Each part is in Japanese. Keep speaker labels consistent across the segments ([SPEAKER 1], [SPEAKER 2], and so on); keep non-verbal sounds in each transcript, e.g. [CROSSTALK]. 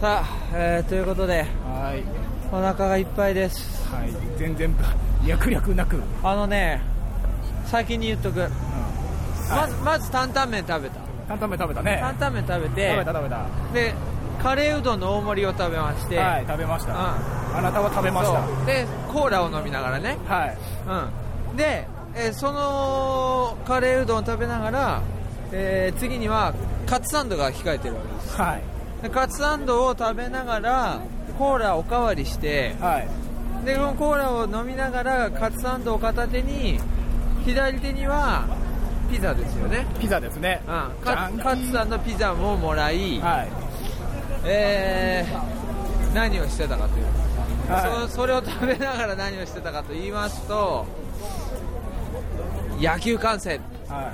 [SPEAKER 1] さあ、えーということで
[SPEAKER 2] はい
[SPEAKER 1] お腹がいっぱいです
[SPEAKER 2] はい全然 [LAUGHS] 脈略なく、うん、
[SPEAKER 1] あのね先に言っとくまずまず担々麺食べた
[SPEAKER 2] 担々麺食べたね
[SPEAKER 1] 担々麺食べて
[SPEAKER 2] 食べた食べた
[SPEAKER 1] でカレーうどんの大盛りを食べまして、
[SPEAKER 2] はい食べました、
[SPEAKER 1] うん
[SPEAKER 2] あなたは食べました
[SPEAKER 1] そうでコーラを飲みながらね
[SPEAKER 2] はい
[SPEAKER 1] うんで、えーそのカレーうどんを食べながら、えー次にはカツサンドが控えてるわけです
[SPEAKER 2] はい
[SPEAKER 1] でカツサンドを食べながらコーラおかわりして
[SPEAKER 2] はい
[SPEAKER 1] でこのコーラを飲みながらカツサンドを片手に左手にはピザですよね、
[SPEAKER 2] ピザですね、
[SPEAKER 1] うん、カ
[SPEAKER 2] ジャンキ
[SPEAKER 1] ツ
[SPEAKER 2] ー
[SPEAKER 1] カツさんのピザももらい、
[SPEAKER 2] はい
[SPEAKER 1] えー何をしてたかという、
[SPEAKER 2] は
[SPEAKER 1] そそれを食べながら何をしてたかと言いますと野球観戦
[SPEAKER 2] い、は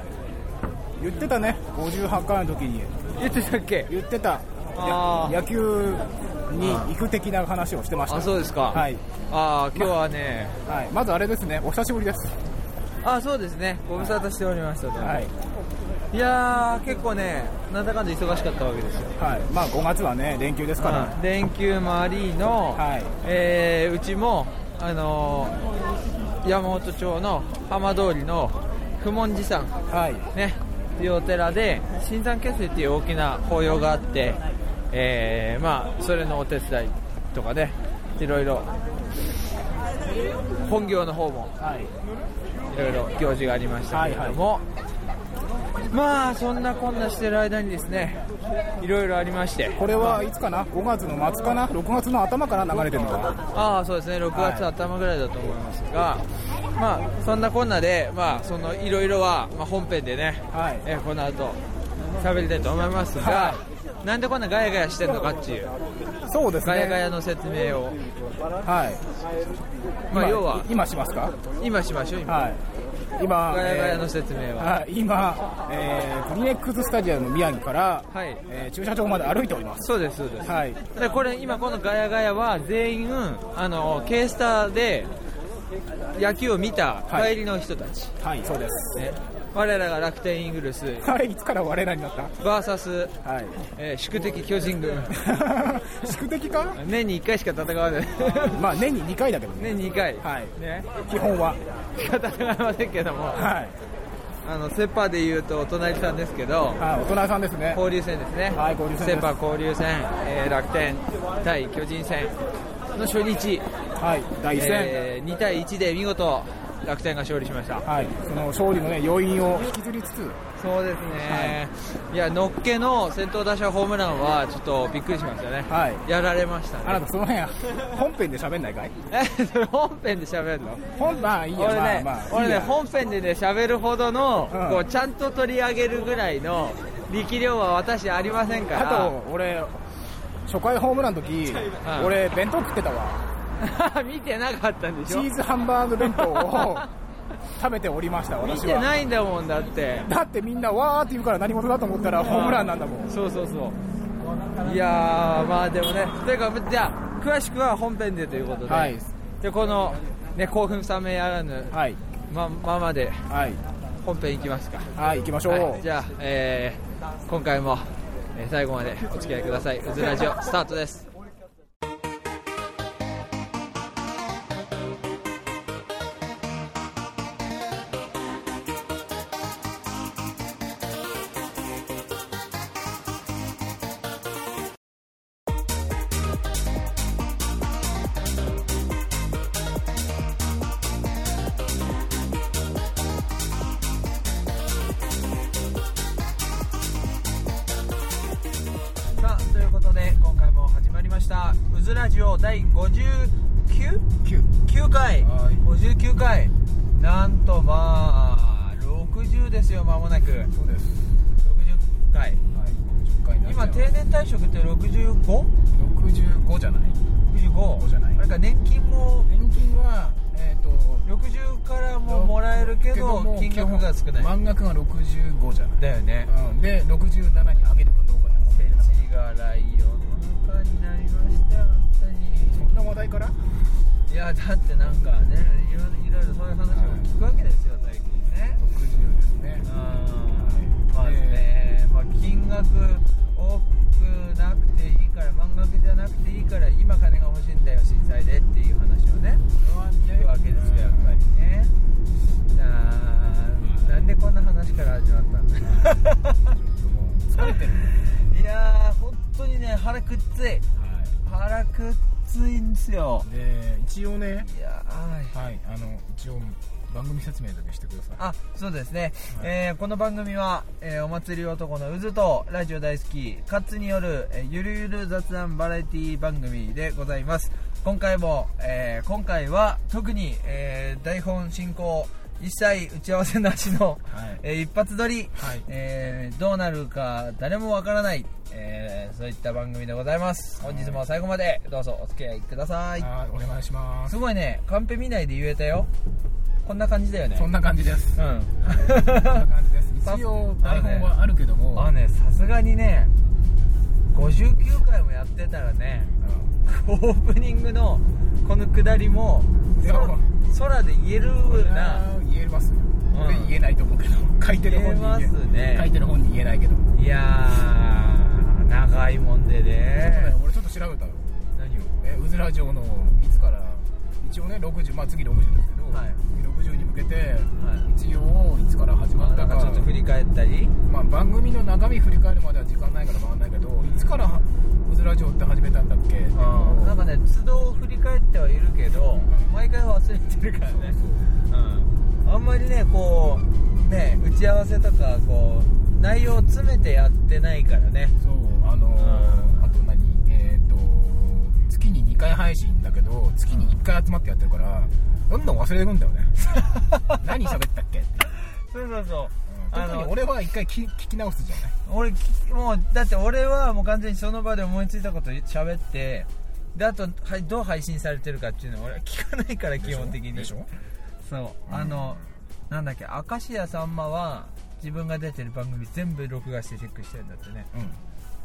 [SPEAKER 2] い、言ってたね58回の時に
[SPEAKER 1] 言ってたっけ
[SPEAKER 2] 言ってた
[SPEAKER 1] あー
[SPEAKER 2] や野球に行く的な話をしてました
[SPEAKER 1] あそうですか、
[SPEAKER 2] はい、
[SPEAKER 1] あー今日はね、
[SPEAKER 2] はい、まずあれですねお久しぶりです
[SPEAKER 1] あそうですねご無沙汰しておりましたと、
[SPEAKER 2] はい、
[SPEAKER 1] いやー結構ねなんだかんだ忙しかったわけですよ
[SPEAKER 2] はい、まあ5月はね連休ですから、
[SPEAKER 1] うん連休もありの、
[SPEAKER 2] はい
[SPEAKER 1] えーうちも、あのー山本町の浜通りの不問寺山
[SPEAKER 2] はい
[SPEAKER 1] ねっていうお寺で新山決成っていう大きな法要があって、えーまあそれのお手伝いとかねいろいろ本業の方も
[SPEAKER 2] はい
[SPEAKER 1] いろいろ行事がありましたけれども、まあそんなこんなしてる間にですねいろいろありまして
[SPEAKER 2] これはいつかな5月の末かな6月の頭から流れてるのか
[SPEAKER 1] ああそうですね6月頭ぐらいだと思いますが、まあそんなこんなでまあそのいろいろは、まあ、本編でね、
[SPEAKER 2] はい
[SPEAKER 1] えーこの後喋りたいと思いますが、
[SPEAKER 2] は
[SPEAKER 1] なんでこんなガヤガヤしてんのかっていう
[SPEAKER 2] なそうですね
[SPEAKER 1] ガヤガヤの説明を、
[SPEAKER 2] はい
[SPEAKER 1] まあ、
[SPEAKER 2] 今
[SPEAKER 1] 要はい
[SPEAKER 2] 今しますか
[SPEAKER 1] 今しましょう今、
[SPEAKER 2] はい今
[SPEAKER 1] ガヤガヤの
[SPEAKER 2] えー
[SPEAKER 1] 説明は、
[SPEAKER 2] はい今、えー、クリネックススタジアム宮城から、
[SPEAKER 1] はい
[SPEAKER 2] えー駐車場まで歩いております
[SPEAKER 1] そうですそうです、
[SPEAKER 2] はい
[SPEAKER 1] でこれ今このガヤガヤは全員あの K スターで野球を見た帰りの人たち、
[SPEAKER 2] はいそうです
[SPEAKER 1] ね、我らが楽天イーグルス
[SPEAKER 2] はいいつから我らになった
[SPEAKER 1] VS、
[SPEAKER 2] はい [LAUGHS]
[SPEAKER 1] えー宿敵巨人軍
[SPEAKER 2] 宿敵か
[SPEAKER 1] 年に1回しか戦わない [LAUGHS]
[SPEAKER 2] まあ年に2回だけどね
[SPEAKER 1] 年に2回、
[SPEAKER 2] はい
[SPEAKER 1] ね、
[SPEAKER 2] 基本は
[SPEAKER 1] しか戦いませんけども
[SPEAKER 2] はい
[SPEAKER 1] あのセ・パでいうとお隣さんですけど
[SPEAKER 2] はいお大人さんですね
[SPEAKER 1] 交流戦ですね、
[SPEAKER 2] はい交流戦です
[SPEAKER 1] セ・パ交流戦、えー楽天対巨人戦の初日、
[SPEAKER 2] はい第一戦、
[SPEAKER 1] え2対1で見事楽天が勝利しました
[SPEAKER 2] はい、その勝利の、ね、要因を引きずりつつ、
[SPEAKER 1] そうですね、い、や、のっけの先頭打者ホームランはちょっとびっくりしましたね、
[SPEAKER 2] はい
[SPEAKER 1] やられました
[SPEAKER 2] あ
[SPEAKER 1] ね、
[SPEAKER 2] なたその辺、本編で喋んないかい
[SPEAKER 1] え [LAUGHS] それ本編で喋るの
[SPEAKER 2] 本、まあいいや、
[SPEAKER 1] 俺ね、
[SPEAKER 2] まあまあ、
[SPEAKER 1] 俺
[SPEAKER 2] いい
[SPEAKER 1] ね
[SPEAKER 2] や
[SPEAKER 1] 本編でね喋るほどの、
[SPEAKER 2] うん
[SPEAKER 1] こうちゃんと取り上げるぐらいの力量は私ありませんか
[SPEAKER 2] あと、俺、初回ホームランの時、
[SPEAKER 1] ん
[SPEAKER 2] 俺、弁当食ってたわ、
[SPEAKER 1] ら [LAUGHS] 見てなかったんでし
[SPEAKER 2] チ
[SPEAKER 1] ょ
[SPEAKER 2] ーズハンバーグ弁当
[SPEAKER 1] [LAUGHS]
[SPEAKER 2] を食べておりました、
[SPEAKER 1] 見
[SPEAKER 2] 私
[SPEAKER 1] て
[SPEAKER 2] は。
[SPEAKER 1] ないんだもんだって
[SPEAKER 2] だってみんな、わーって言うから何事だと思ったら、ホームランなんだもん。
[SPEAKER 1] そうそうそういやーまあでもねというかじゃあ詳しくは本編でということで、
[SPEAKER 2] はい
[SPEAKER 1] でこの、ね、興奮冷めやらぬ
[SPEAKER 2] はい、
[SPEAKER 1] まままで
[SPEAKER 2] はい、
[SPEAKER 1] 本編いきますか、
[SPEAKER 2] はい、行きましょう。
[SPEAKER 1] はい、じゃあ、えー今回も、えー最後までお付き合いください「うずラジオ」スタートですさあということで今回も始まりました「うずラジオ第 59?」
[SPEAKER 2] 九
[SPEAKER 1] 9回
[SPEAKER 2] はい
[SPEAKER 1] 59回なんとまあ60ですよ間もなく60
[SPEAKER 2] そうです。
[SPEAKER 1] 回
[SPEAKER 2] はい、10回になっちゃ
[SPEAKER 1] 今
[SPEAKER 2] います
[SPEAKER 1] 定年退職って 65?65
[SPEAKER 2] 65じゃない
[SPEAKER 1] 65
[SPEAKER 2] じゃない
[SPEAKER 1] あれか年金も
[SPEAKER 2] 年金は、えっ、と、
[SPEAKER 1] 60からももらえるけど
[SPEAKER 2] も
[SPEAKER 1] 金額が少ない
[SPEAKER 2] 満額が65じゃない
[SPEAKER 1] だよね
[SPEAKER 2] うん、で67に上げるかどうかにも
[SPEAKER 1] ペチがライオンの中になりましたよ本当
[SPEAKER 2] そ
[SPEAKER 1] に
[SPEAKER 2] んな話題からど
[SPEAKER 1] いやだってなんかねいろいろいろそういう話も聞くわけですよ最近ね
[SPEAKER 2] 60ですね
[SPEAKER 1] まあね、まあ、金額多くなくていいから満額 [LAUGHS] 当にね腹くっつい
[SPEAKER 2] は
[SPEAKER 1] 腹くっついんですよ
[SPEAKER 2] い、で一応ね、
[SPEAKER 1] いやー
[SPEAKER 2] はい、あの一応番組説明だけしてください
[SPEAKER 1] あそうですね、えーこの番組は、えーお祭り男の渦とラジオ大好きカッツによる、えーゆるゆる雑談バラエティ番組でございます今回も、えー今回は特に、えー台本進行一切打ち合わせなしの、
[SPEAKER 2] はい
[SPEAKER 1] えー一発撮り、
[SPEAKER 2] はい
[SPEAKER 1] えーどうなるか誰もわからない、えーそういった番組でございます本日も最後までどうぞお付き合いください
[SPEAKER 2] はい、お願いします
[SPEAKER 1] すごいねカンペ見ないで言えたよこんな感じだよね
[SPEAKER 2] そんな感じですそんな
[SPEAKER 1] う
[SPEAKER 2] 感じで
[SPEAKER 1] [LAUGHS]
[SPEAKER 2] す一応台本はあるけど
[SPEAKER 1] ん
[SPEAKER 2] も、
[SPEAKER 1] まあねさすがにね59回もやってたらね
[SPEAKER 2] うん
[SPEAKER 1] オープニングのこの下りも
[SPEAKER 2] いや
[SPEAKER 1] 空空で言えるな
[SPEAKER 2] 言えます、
[SPEAKER 1] ん
[SPEAKER 2] 俺言えないと思うけど書いてる本に
[SPEAKER 1] 言えますね
[SPEAKER 2] 書いてる本に言えないけど
[SPEAKER 1] いやー長いもんでね
[SPEAKER 2] 俺ちょっと調べたの
[SPEAKER 1] 何を
[SPEAKER 2] えうずら城のいつから一応ね60まあ次60ですけど、
[SPEAKER 1] はい
[SPEAKER 2] 60に向けて、
[SPEAKER 1] い
[SPEAKER 2] 一応いつから始
[SPEAKER 1] まあ
[SPEAKER 2] まっ
[SPEAKER 1] な
[SPEAKER 2] た
[SPEAKER 1] ん
[SPEAKER 2] か
[SPEAKER 1] かちょっと振り返ったり
[SPEAKER 2] まあ、番組の中身振り返るまでは時間ないから回んないけどいつからうずら城って始めたんだっけっていうのを
[SPEAKER 1] なんかね都度振り返ってはいるけど毎回忘れてるからねうんあんまりねこうね打ち合わせとかこう内容を詰めてやってないからね
[SPEAKER 2] そうあのーあと何えっ、と月に2回配信だけど月に1回集まってやってるからどんどん忘れてくんだ
[SPEAKER 1] [LAUGHS]
[SPEAKER 2] よね何喋ったっけって、
[SPEAKER 1] そうそうそう、
[SPEAKER 2] うん、
[SPEAKER 1] あ
[SPEAKER 2] 特に
[SPEAKER 1] の
[SPEAKER 2] 俺は一回聞聞き直すじゃない
[SPEAKER 1] 俺きもうだって俺はもう完全にその場で思いついたこと喋ってであとはいどう配信されてるかっていうのを俺は聞かないから基本的に
[SPEAKER 2] でしょ
[SPEAKER 1] そうあの、なんだっけ明石家さんまは自分が出てる番組全部録画してチェックしてるんだってね
[SPEAKER 2] うん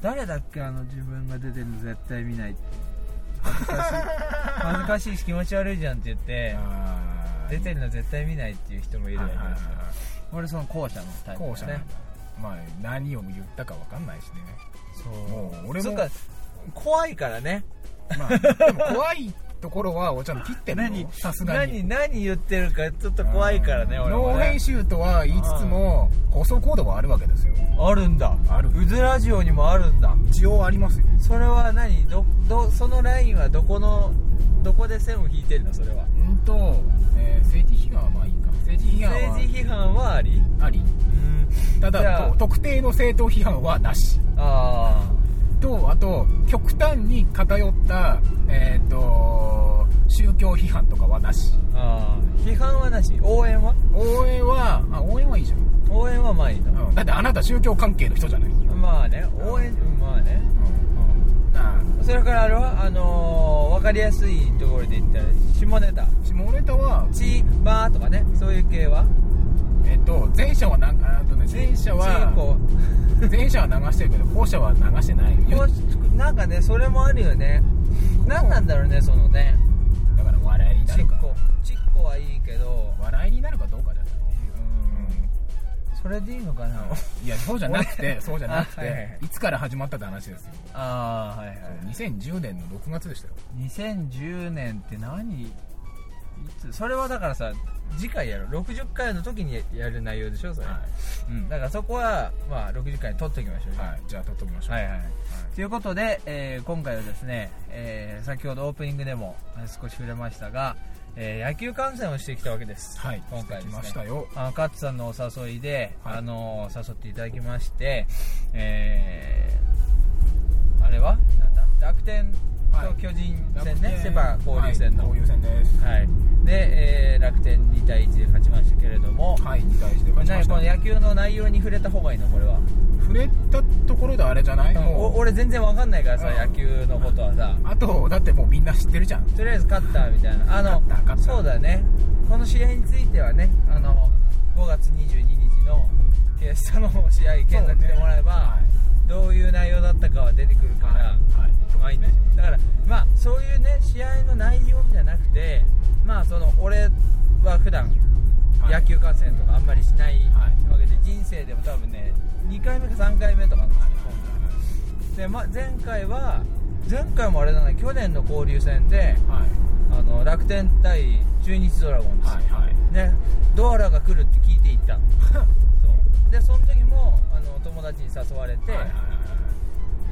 [SPEAKER 1] 誰だっけあの自分が出てるの絶対見ないって恥ずかしい恥ずかしいし気持ち悪いじゃんって言って
[SPEAKER 2] あー
[SPEAKER 1] 出てるの絶対見ないっていう人もいるわ
[SPEAKER 2] は
[SPEAKER 1] け
[SPEAKER 2] い
[SPEAKER 1] です
[SPEAKER 2] はい
[SPEAKER 1] よ、
[SPEAKER 2] はいはい
[SPEAKER 1] 俺その後者のタイプだね
[SPEAKER 2] 後者なんだまあ何を言ったか分かんないしね
[SPEAKER 1] そう
[SPEAKER 2] もう俺も
[SPEAKER 1] そっか怖いからね
[SPEAKER 2] まあでも怖いところはおちゃんと切ってるよさすがに
[SPEAKER 1] 何何言ってるかちょっと怖いからね
[SPEAKER 2] うん
[SPEAKER 1] 俺も
[SPEAKER 2] ノー
[SPEAKER 1] ね
[SPEAKER 2] 編集とは言いつつも放送コードはあるわけですよ
[SPEAKER 1] あるんだ
[SPEAKER 2] ある
[SPEAKER 1] うずラジオにもあるんだ
[SPEAKER 2] 一応ありますよ
[SPEAKER 1] それは何どどそのラインはどこのどこで線を引いてるのそれは
[SPEAKER 2] うんと、えー政治批判はまあいいか政治批判は
[SPEAKER 1] 政治批判はあり
[SPEAKER 2] あり
[SPEAKER 1] うん
[SPEAKER 2] た
[SPEAKER 1] じゃ
[SPEAKER 2] だ
[SPEAKER 1] あ
[SPEAKER 2] と特定の政党批判はなし
[SPEAKER 1] あ
[SPEAKER 2] とあと極端に偏ったえっ、と宗教批判とかはなし
[SPEAKER 1] ーあー批判はなし応援は
[SPEAKER 2] 応援はあ応援はいいじゃん
[SPEAKER 1] 応援はまあいいな、
[SPEAKER 2] だってあなた宗教関係の人じゃない、
[SPEAKER 1] まあね応援うんまあね、
[SPEAKER 2] あ
[SPEAKER 1] それからあれはあのー、分かりやすいところで言ったら下ネタ
[SPEAKER 2] 下ネタは
[SPEAKER 1] 「チーバー」とかねそういう系は
[SPEAKER 2] えっ、と前者はなんかあとね前者
[SPEAKER 1] チー
[SPEAKER 2] は
[SPEAKER 1] コ
[SPEAKER 2] 前者は流してるけど後者は流してないよ
[SPEAKER 1] こうなんかねそれもあるよね何なんだろうねそのね
[SPEAKER 2] だから笑いにな
[SPEAKER 1] チ
[SPEAKER 2] る
[SPEAKER 1] ッ
[SPEAKER 2] か
[SPEAKER 1] コチッコはいいけど
[SPEAKER 2] 笑いになるかどうかじゃない
[SPEAKER 1] それでいいのかな
[SPEAKER 2] うんいやそうじゃな
[SPEAKER 1] [LAUGHS]
[SPEAKER 2] くてそうじゃなくて、
[SPEAKER 1] あはいいはい
[SPEAKER 2] つから始まったって話ですよ
[SPEAKER 1] ああはいは
[SPEAKER 2] 2010年の6月でしたよ
[SPEAKER 1] 2010年って何いつそれはだからさ次回やろう60回の時にやる内容でしょそれ、うん、だからそこは、まあ、60回に取っておきましょう、
[SPEAKER 2] はい、じゃあ撮っときましょう
[SPEAKER 1] はいはいということで、えー今回はですね、えー先ほどオープニングでもえー少し触れましたが、えー野球観戦をしてきたわけです、
[SPEAKER 2] はい
[SPEAKER 1] 今回です、ね、
[SPEAKER 2] してきましたよ
[SPEAKER 1] あのカッツさんのお誘いで、
[SPEAKER 2] はい
[SPEAKER 1] あのー誘っていただきまして、えーあれはなんだ楽天
[SPEAKER 2] は
[SPEAKER 1] と
[SPEAKER 2] い
[SPEAKER 1] 巨人戦
[SPEAKER 2] 楽
[SPEAKER 1] ね、
[SPEAKER 2] 天
[SPEAKER 1] セ・パ交流戦の、
[SPEAKER 2] は
[SPEAKER 1] は
[SPEAKER 2] い
[SPEAKER 1] い
[SPEAKER 2] 交流戦です
[SPEAKER 1] で、えー楽天2対1で勝ちましたけれども、
[SPEAKER 2] はい2対1で勝ちま
[SPEAKER 1] な
[SPEAKER 2] し
[SPEAKER 1] この
[SPEAKER 2] た
[SPEAKER 1] 野球の内容に触れた方がいいのこれは
[SPEAKER 2] 触れたところであれじゃない、もう
[SPEAKER 1] お俺全然わかんないからさ、
[SPEAKER 2] うん
[SPEAKER 1] 野球のことはさ
[SPEAKER 2] あとだってもうみんな知ってるじゃん
[SPEAKER 1] とりあえず勝ったみたいなあの
[SPEAKER 2] 勝った勝った
[SPEAKER 1] そうだねこの試合についてはねあの5月22日のケースタの試合見学してもらえば、どういう内容だったかは出てくるから、
[SPEAKER 2] はい
[SPEAKER 1] まあいいんですよだからまあそういうね試合の内容じゃなくてまあその俺は普段
[SPEAKER 2] はい
[SPEAKER 1] 野球観戦とかあんまりしない
[SPEAKER 2] はい
[SPEAKER 1] わけで、人生でも多分ね2回目か3回目とかなんですよで、まあ、前回は前回もあれだね去年の交流戦で
[SPEAKER 2] はい
[SPEAKER 1] あの楽天対中日ドラゴンズ、
[SPEAKER 2] はいはい
[SPEAKER 1] ねドアラが来るって聞いてい
[SPEAKER 2] [LAUGHS]
[SPEAKER 1] ったそうでその時もあの友達に誘われて、
[SPEAKER 2] はいはいはいはい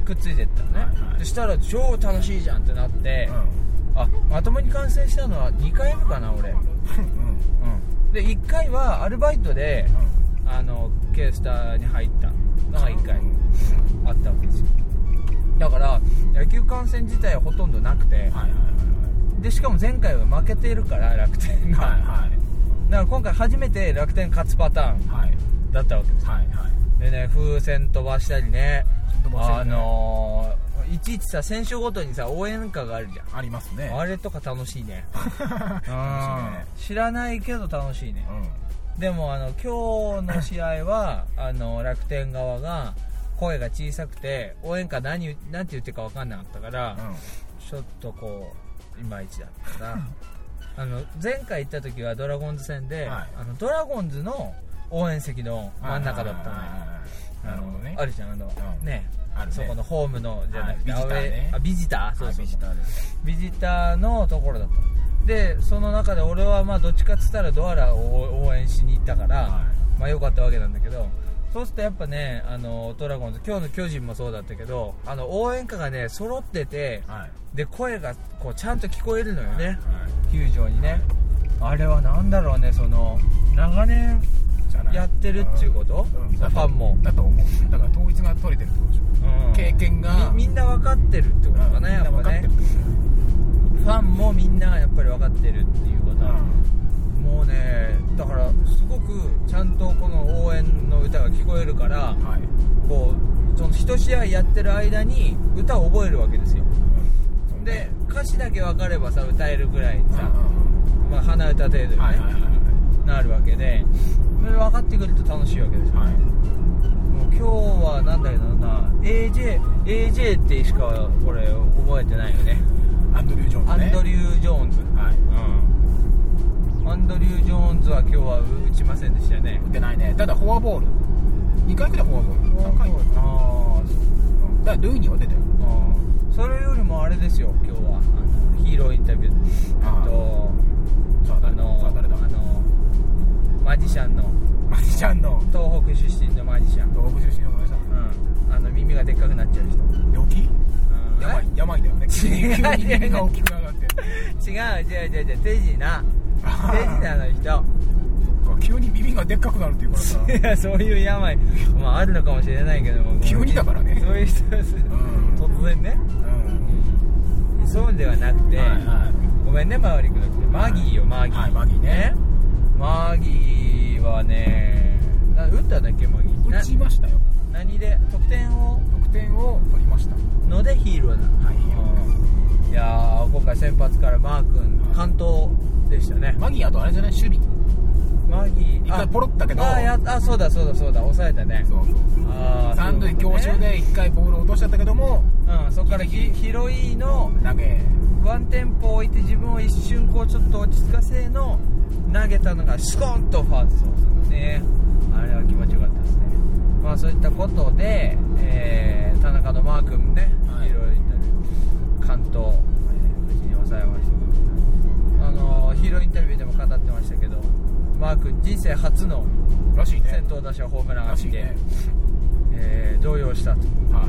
[SPEAKER 1] くっついてったのね、
[SPEAKER 2] はいはい
[SPEAKER 1] そしたら超楽しいじゃんってなって、あまともに完成したのは2回目かな俺、
[SPEAKER 2] うん
[SPEAKER 1] で1回はアルバイトで、あのケースターに入ったのが1回あったわけですよだから野球観戦自体はほとんどなくて
[SPEAKER 2] はいはいは
[SPEAKER 1] でしかも前回は負けているから楽天が、
[SPEAKER 2] いはい
[SPEAKER 1] だから今回初めて楽天勝つパターン
[SPEAKER 2] はい
[SPEAKER 1] だったわけです
[SPEAKER 2] はいはい
[SPEAKER 1] でね風船飛ばしたりね
[SPEAKER 2] 飛ばした
[SPEAKER 1] あ
[SPEAKER 2] りね
[SPEAKER 1] のーいちいちさ選手ごとにさ応援歌があるじゃん
[SPEAKER 2] ありますね
[SPEAKER 1] あれとか楽しいね
[SPEAKER 2] [LAUGHS] 楽しいね
[SPEAKER 1] うん知らないけど楽しいね
[SPEAKER 2] うん
[SPEAKER 1] でもあの今日の試合はあの楽天側が声が小さくて応援歌何何て言ってるか分かんなかったから、
[SPEAKER 2] うん
[SPEAKER 1] ちょっとこういまいちだった
[SPEAKER 2] [LAUGHS]
[SPEAKER 1] なあの前回行った時はドラゴンズ戦で、
[SPEAKER 2] はい
[SPEAKER 1] あのドラゴンズの応援席の真ん中だったのよ
[SPEAKER 2] はいはいはいはいなるほどね
[SPEAKER 1] あるじゃんあの、
[SPEAKER 2] うん
[SPEAKER 1] ね
[SPEAKER 2] あるね
[SPEAKER 1] そこのホームのじゃなくて、
[SPEAKER 2] はいビジター
[SPEAKER 1] アウ
[SPEAKER 2] ね
[SPEAKER 1] ェーあビジターそうそう
[SPEAKER 2] ビジターです
[SPEAKER 1] ビジターのところだったでその中で俺はまあどっちかっつったらドアラを応援しに行ったから、
[SPEAKER 2] は
[SPEAKER 1] まあ良かったわけなんだけどそうするとやっぱねあのドラゴンズ今日の巨人もそうだったけどあの応援歌がね揃ってて
[SPEAKER 2] はい
[SPEAKER 1] で声がこうちゃんと聞こえるのよね、
[SPEAKER 2] はい
[SPEAKER 1] 球場にねあれは何だろうねその長年
[SPEAKER 2] じゃない
[SPEAKER 1] やってるっちゅうこと
[SPEAKER 2] ん
[SPEAKER 1] ファンも
[SPEAKER 2] だと思うだから統一が取れてるってことでしょ
[SPEAKER 1] うん
[SPEAKER 2] 経験が
[SPEAKER 1] みみんな分かってるってことかな、
[SPEAKER 2] うんみん
[SPEAKER 1] や
[SPEAKER 2] な
[SPEAKER 1] っ
[SPEAKER 2] 分
[SPEAKER 1] ぱ
[SPEAKER 2] かって
[SPEAKER 1] ね
[SPEAKER 2] るってことだよ
[SPEAKER 1] ファンもみんなやっぱり分かってるっていうこと、もうねだからすごくちゃんとこの応援の歌が聞こえるから
[SPEAKER 2] うんはい
[SPEAKER 1] こうその一試合やってる間に歌を覚えるわけですよ
[SPEAKER 2] うん
[SPEAKER 1] で歌詞だけ分かればさ歌えるぐらい
[SPEAKER 2] うん
[SPEAKER 1] さ、まあ、鼻歌程度に、ね
[SPEAKER 2] はいはいはい
[SPEAKER 1] なるわけでそれ分かってくると楽しいわけですよ
[SPEAKER 2] はいはい
[SPEAKER 1] もう今日はなんだけどな AJ, AJ ってしか俺覚えてないよね
[SPEAKER 2] アンドリュー・ジョーン
[SPEAKER 1] ア
[SPEAKER 2] ズね
[SPEAKER 1] ンドリュー・ジョーンズ
[SPEAKER 2] はい
[SPEAKER 1] うんアンドリュー・ジョーンズは今日は打ちませんでしたね
[SPEAKER 2] 打ってないねただフォアボール2回目でフォアボール3回うん
[SPEAKER 1] あー
[SPEAKER 2] だからルーニーは出てる
[SPEAKER 1] うんそれよりもあれですよ今日はあのヒーローインタビュー
[SPEAKER 2] あ
[SPEAKER 1] あと
[SPEAKER 2] さあ
[SPEAKER 1] あ
[SPEAKER 2] 誰ださ
[SPEAKER 1] の
[SPEAKER 2] あ誰だ
[SPEAKER 1] あのマジシャンの
[SPEAKER 2] マジシャンの
[SPEAKER 1] 東北出身のマジシャン、
[SPEAKER 2] 動物出身のマジシャ
[SPEAKER 1] うん、あの耳がでっかくなっちゃう人、
[SPEAKER 2] ン病気
[SPEAKER 1] うん
[SPEAKER 2] 病病だよね急に
[SPEAKER 1] 違う
[SPEAKER 2] 急に耳が大きくながっ
[SPEAKER 1] 違
[SPEAKER 2] て
[SPEAKER 1] う違う違う違う手
[SPEAKER 2] [LAUGHS]
[SPEAKER 1] 品
[SPEAKER 2] あ
[SPEAKER 1] 手品の人
[SPEAKER 2] そっか急に耳がでっかくなるっていうからさ
[SPEAKER 1] いやそういう病、まあ、あるのかもしれないけども
[SPEAKER 2] 急にだからね
[SPEAKER 1] そういう人です
[SPEAKER 2] ん
[SPEAKER 1] 突然ね
[SPEAKER 2] うん
[SPEAKER 1] そうではなくて、
[SPEAKER 2] はいはい
[SPEAKER 1] ごめんね周りくどくてマギーよマギー、
[SPEAKER 2] はいマギーね
[SPEAKER 1] マギーはねな打ったんだっけマギーな
[SPEAKER 2] 打ちましたよ
[SPEAKER 1] 何で得点を
[SPEAKER 2] 得点を取りました
[SPEAKER 1] のでヒーローだ
[SPEAKER 2] はいヒーロ
[SPEAKER 1] うんいやー今回先発からマー君
[SPEAKER 2] はい
[SPEAKER 1] 完投でしたね
[SPEAKER 2] マギーあとあれじゃない守備
[SPEAKER 1] マギー
[SPEAKER 2] 一回ポロったけど
[SPEAKER 1] あやあそうだそうだそうだ抑えたね
[SPEAKER 2] そうそう
[SPEAKER 1] あー
[SPEAKER 2] 三塁
[SPEAKER 1] そう
[SPEAKER 2] 強
[SPEAKER 1] いうこと
[SPEAKER 2] 襲
[SPEAKER 1] ね
[SPEAKER 2] で1回ボールを落としちゃったけども
[SPEAKER 1] うん、そこからひ拾いの
[SPEAKER 2] 投げ
[SPEAKER 1] ワンテンポ置いて自分を一瞬こうちょっと落ち着かせの投げたのがスコンとファーストねあれは気持ちよかったですねまあそういったことで、えー田中のマー君ね、
[SPEAKER 2] は
[SPEAKER 1] い、
[SPEAKER 2] い
[SPEAKER 1] ろいろ言ったね関東、えー無事に抑えましたあのーヒーローインタビューでも語ってましたけどマー君人生初の
[SPEAKER 2] らしい
[SPEAKER 1] 先
[SPEAKER 2] ね
[SPEAKER 1] 頭打者ホームランが
[SPEAKER 2] ら
[SPEAKER 1] 見
[SPEAKER 2] しい
[SPEAKER 1] て、
[SPEAKER 2] ね
[SPEAKER 1] えー動揺したと
[SPEAKER 2] はい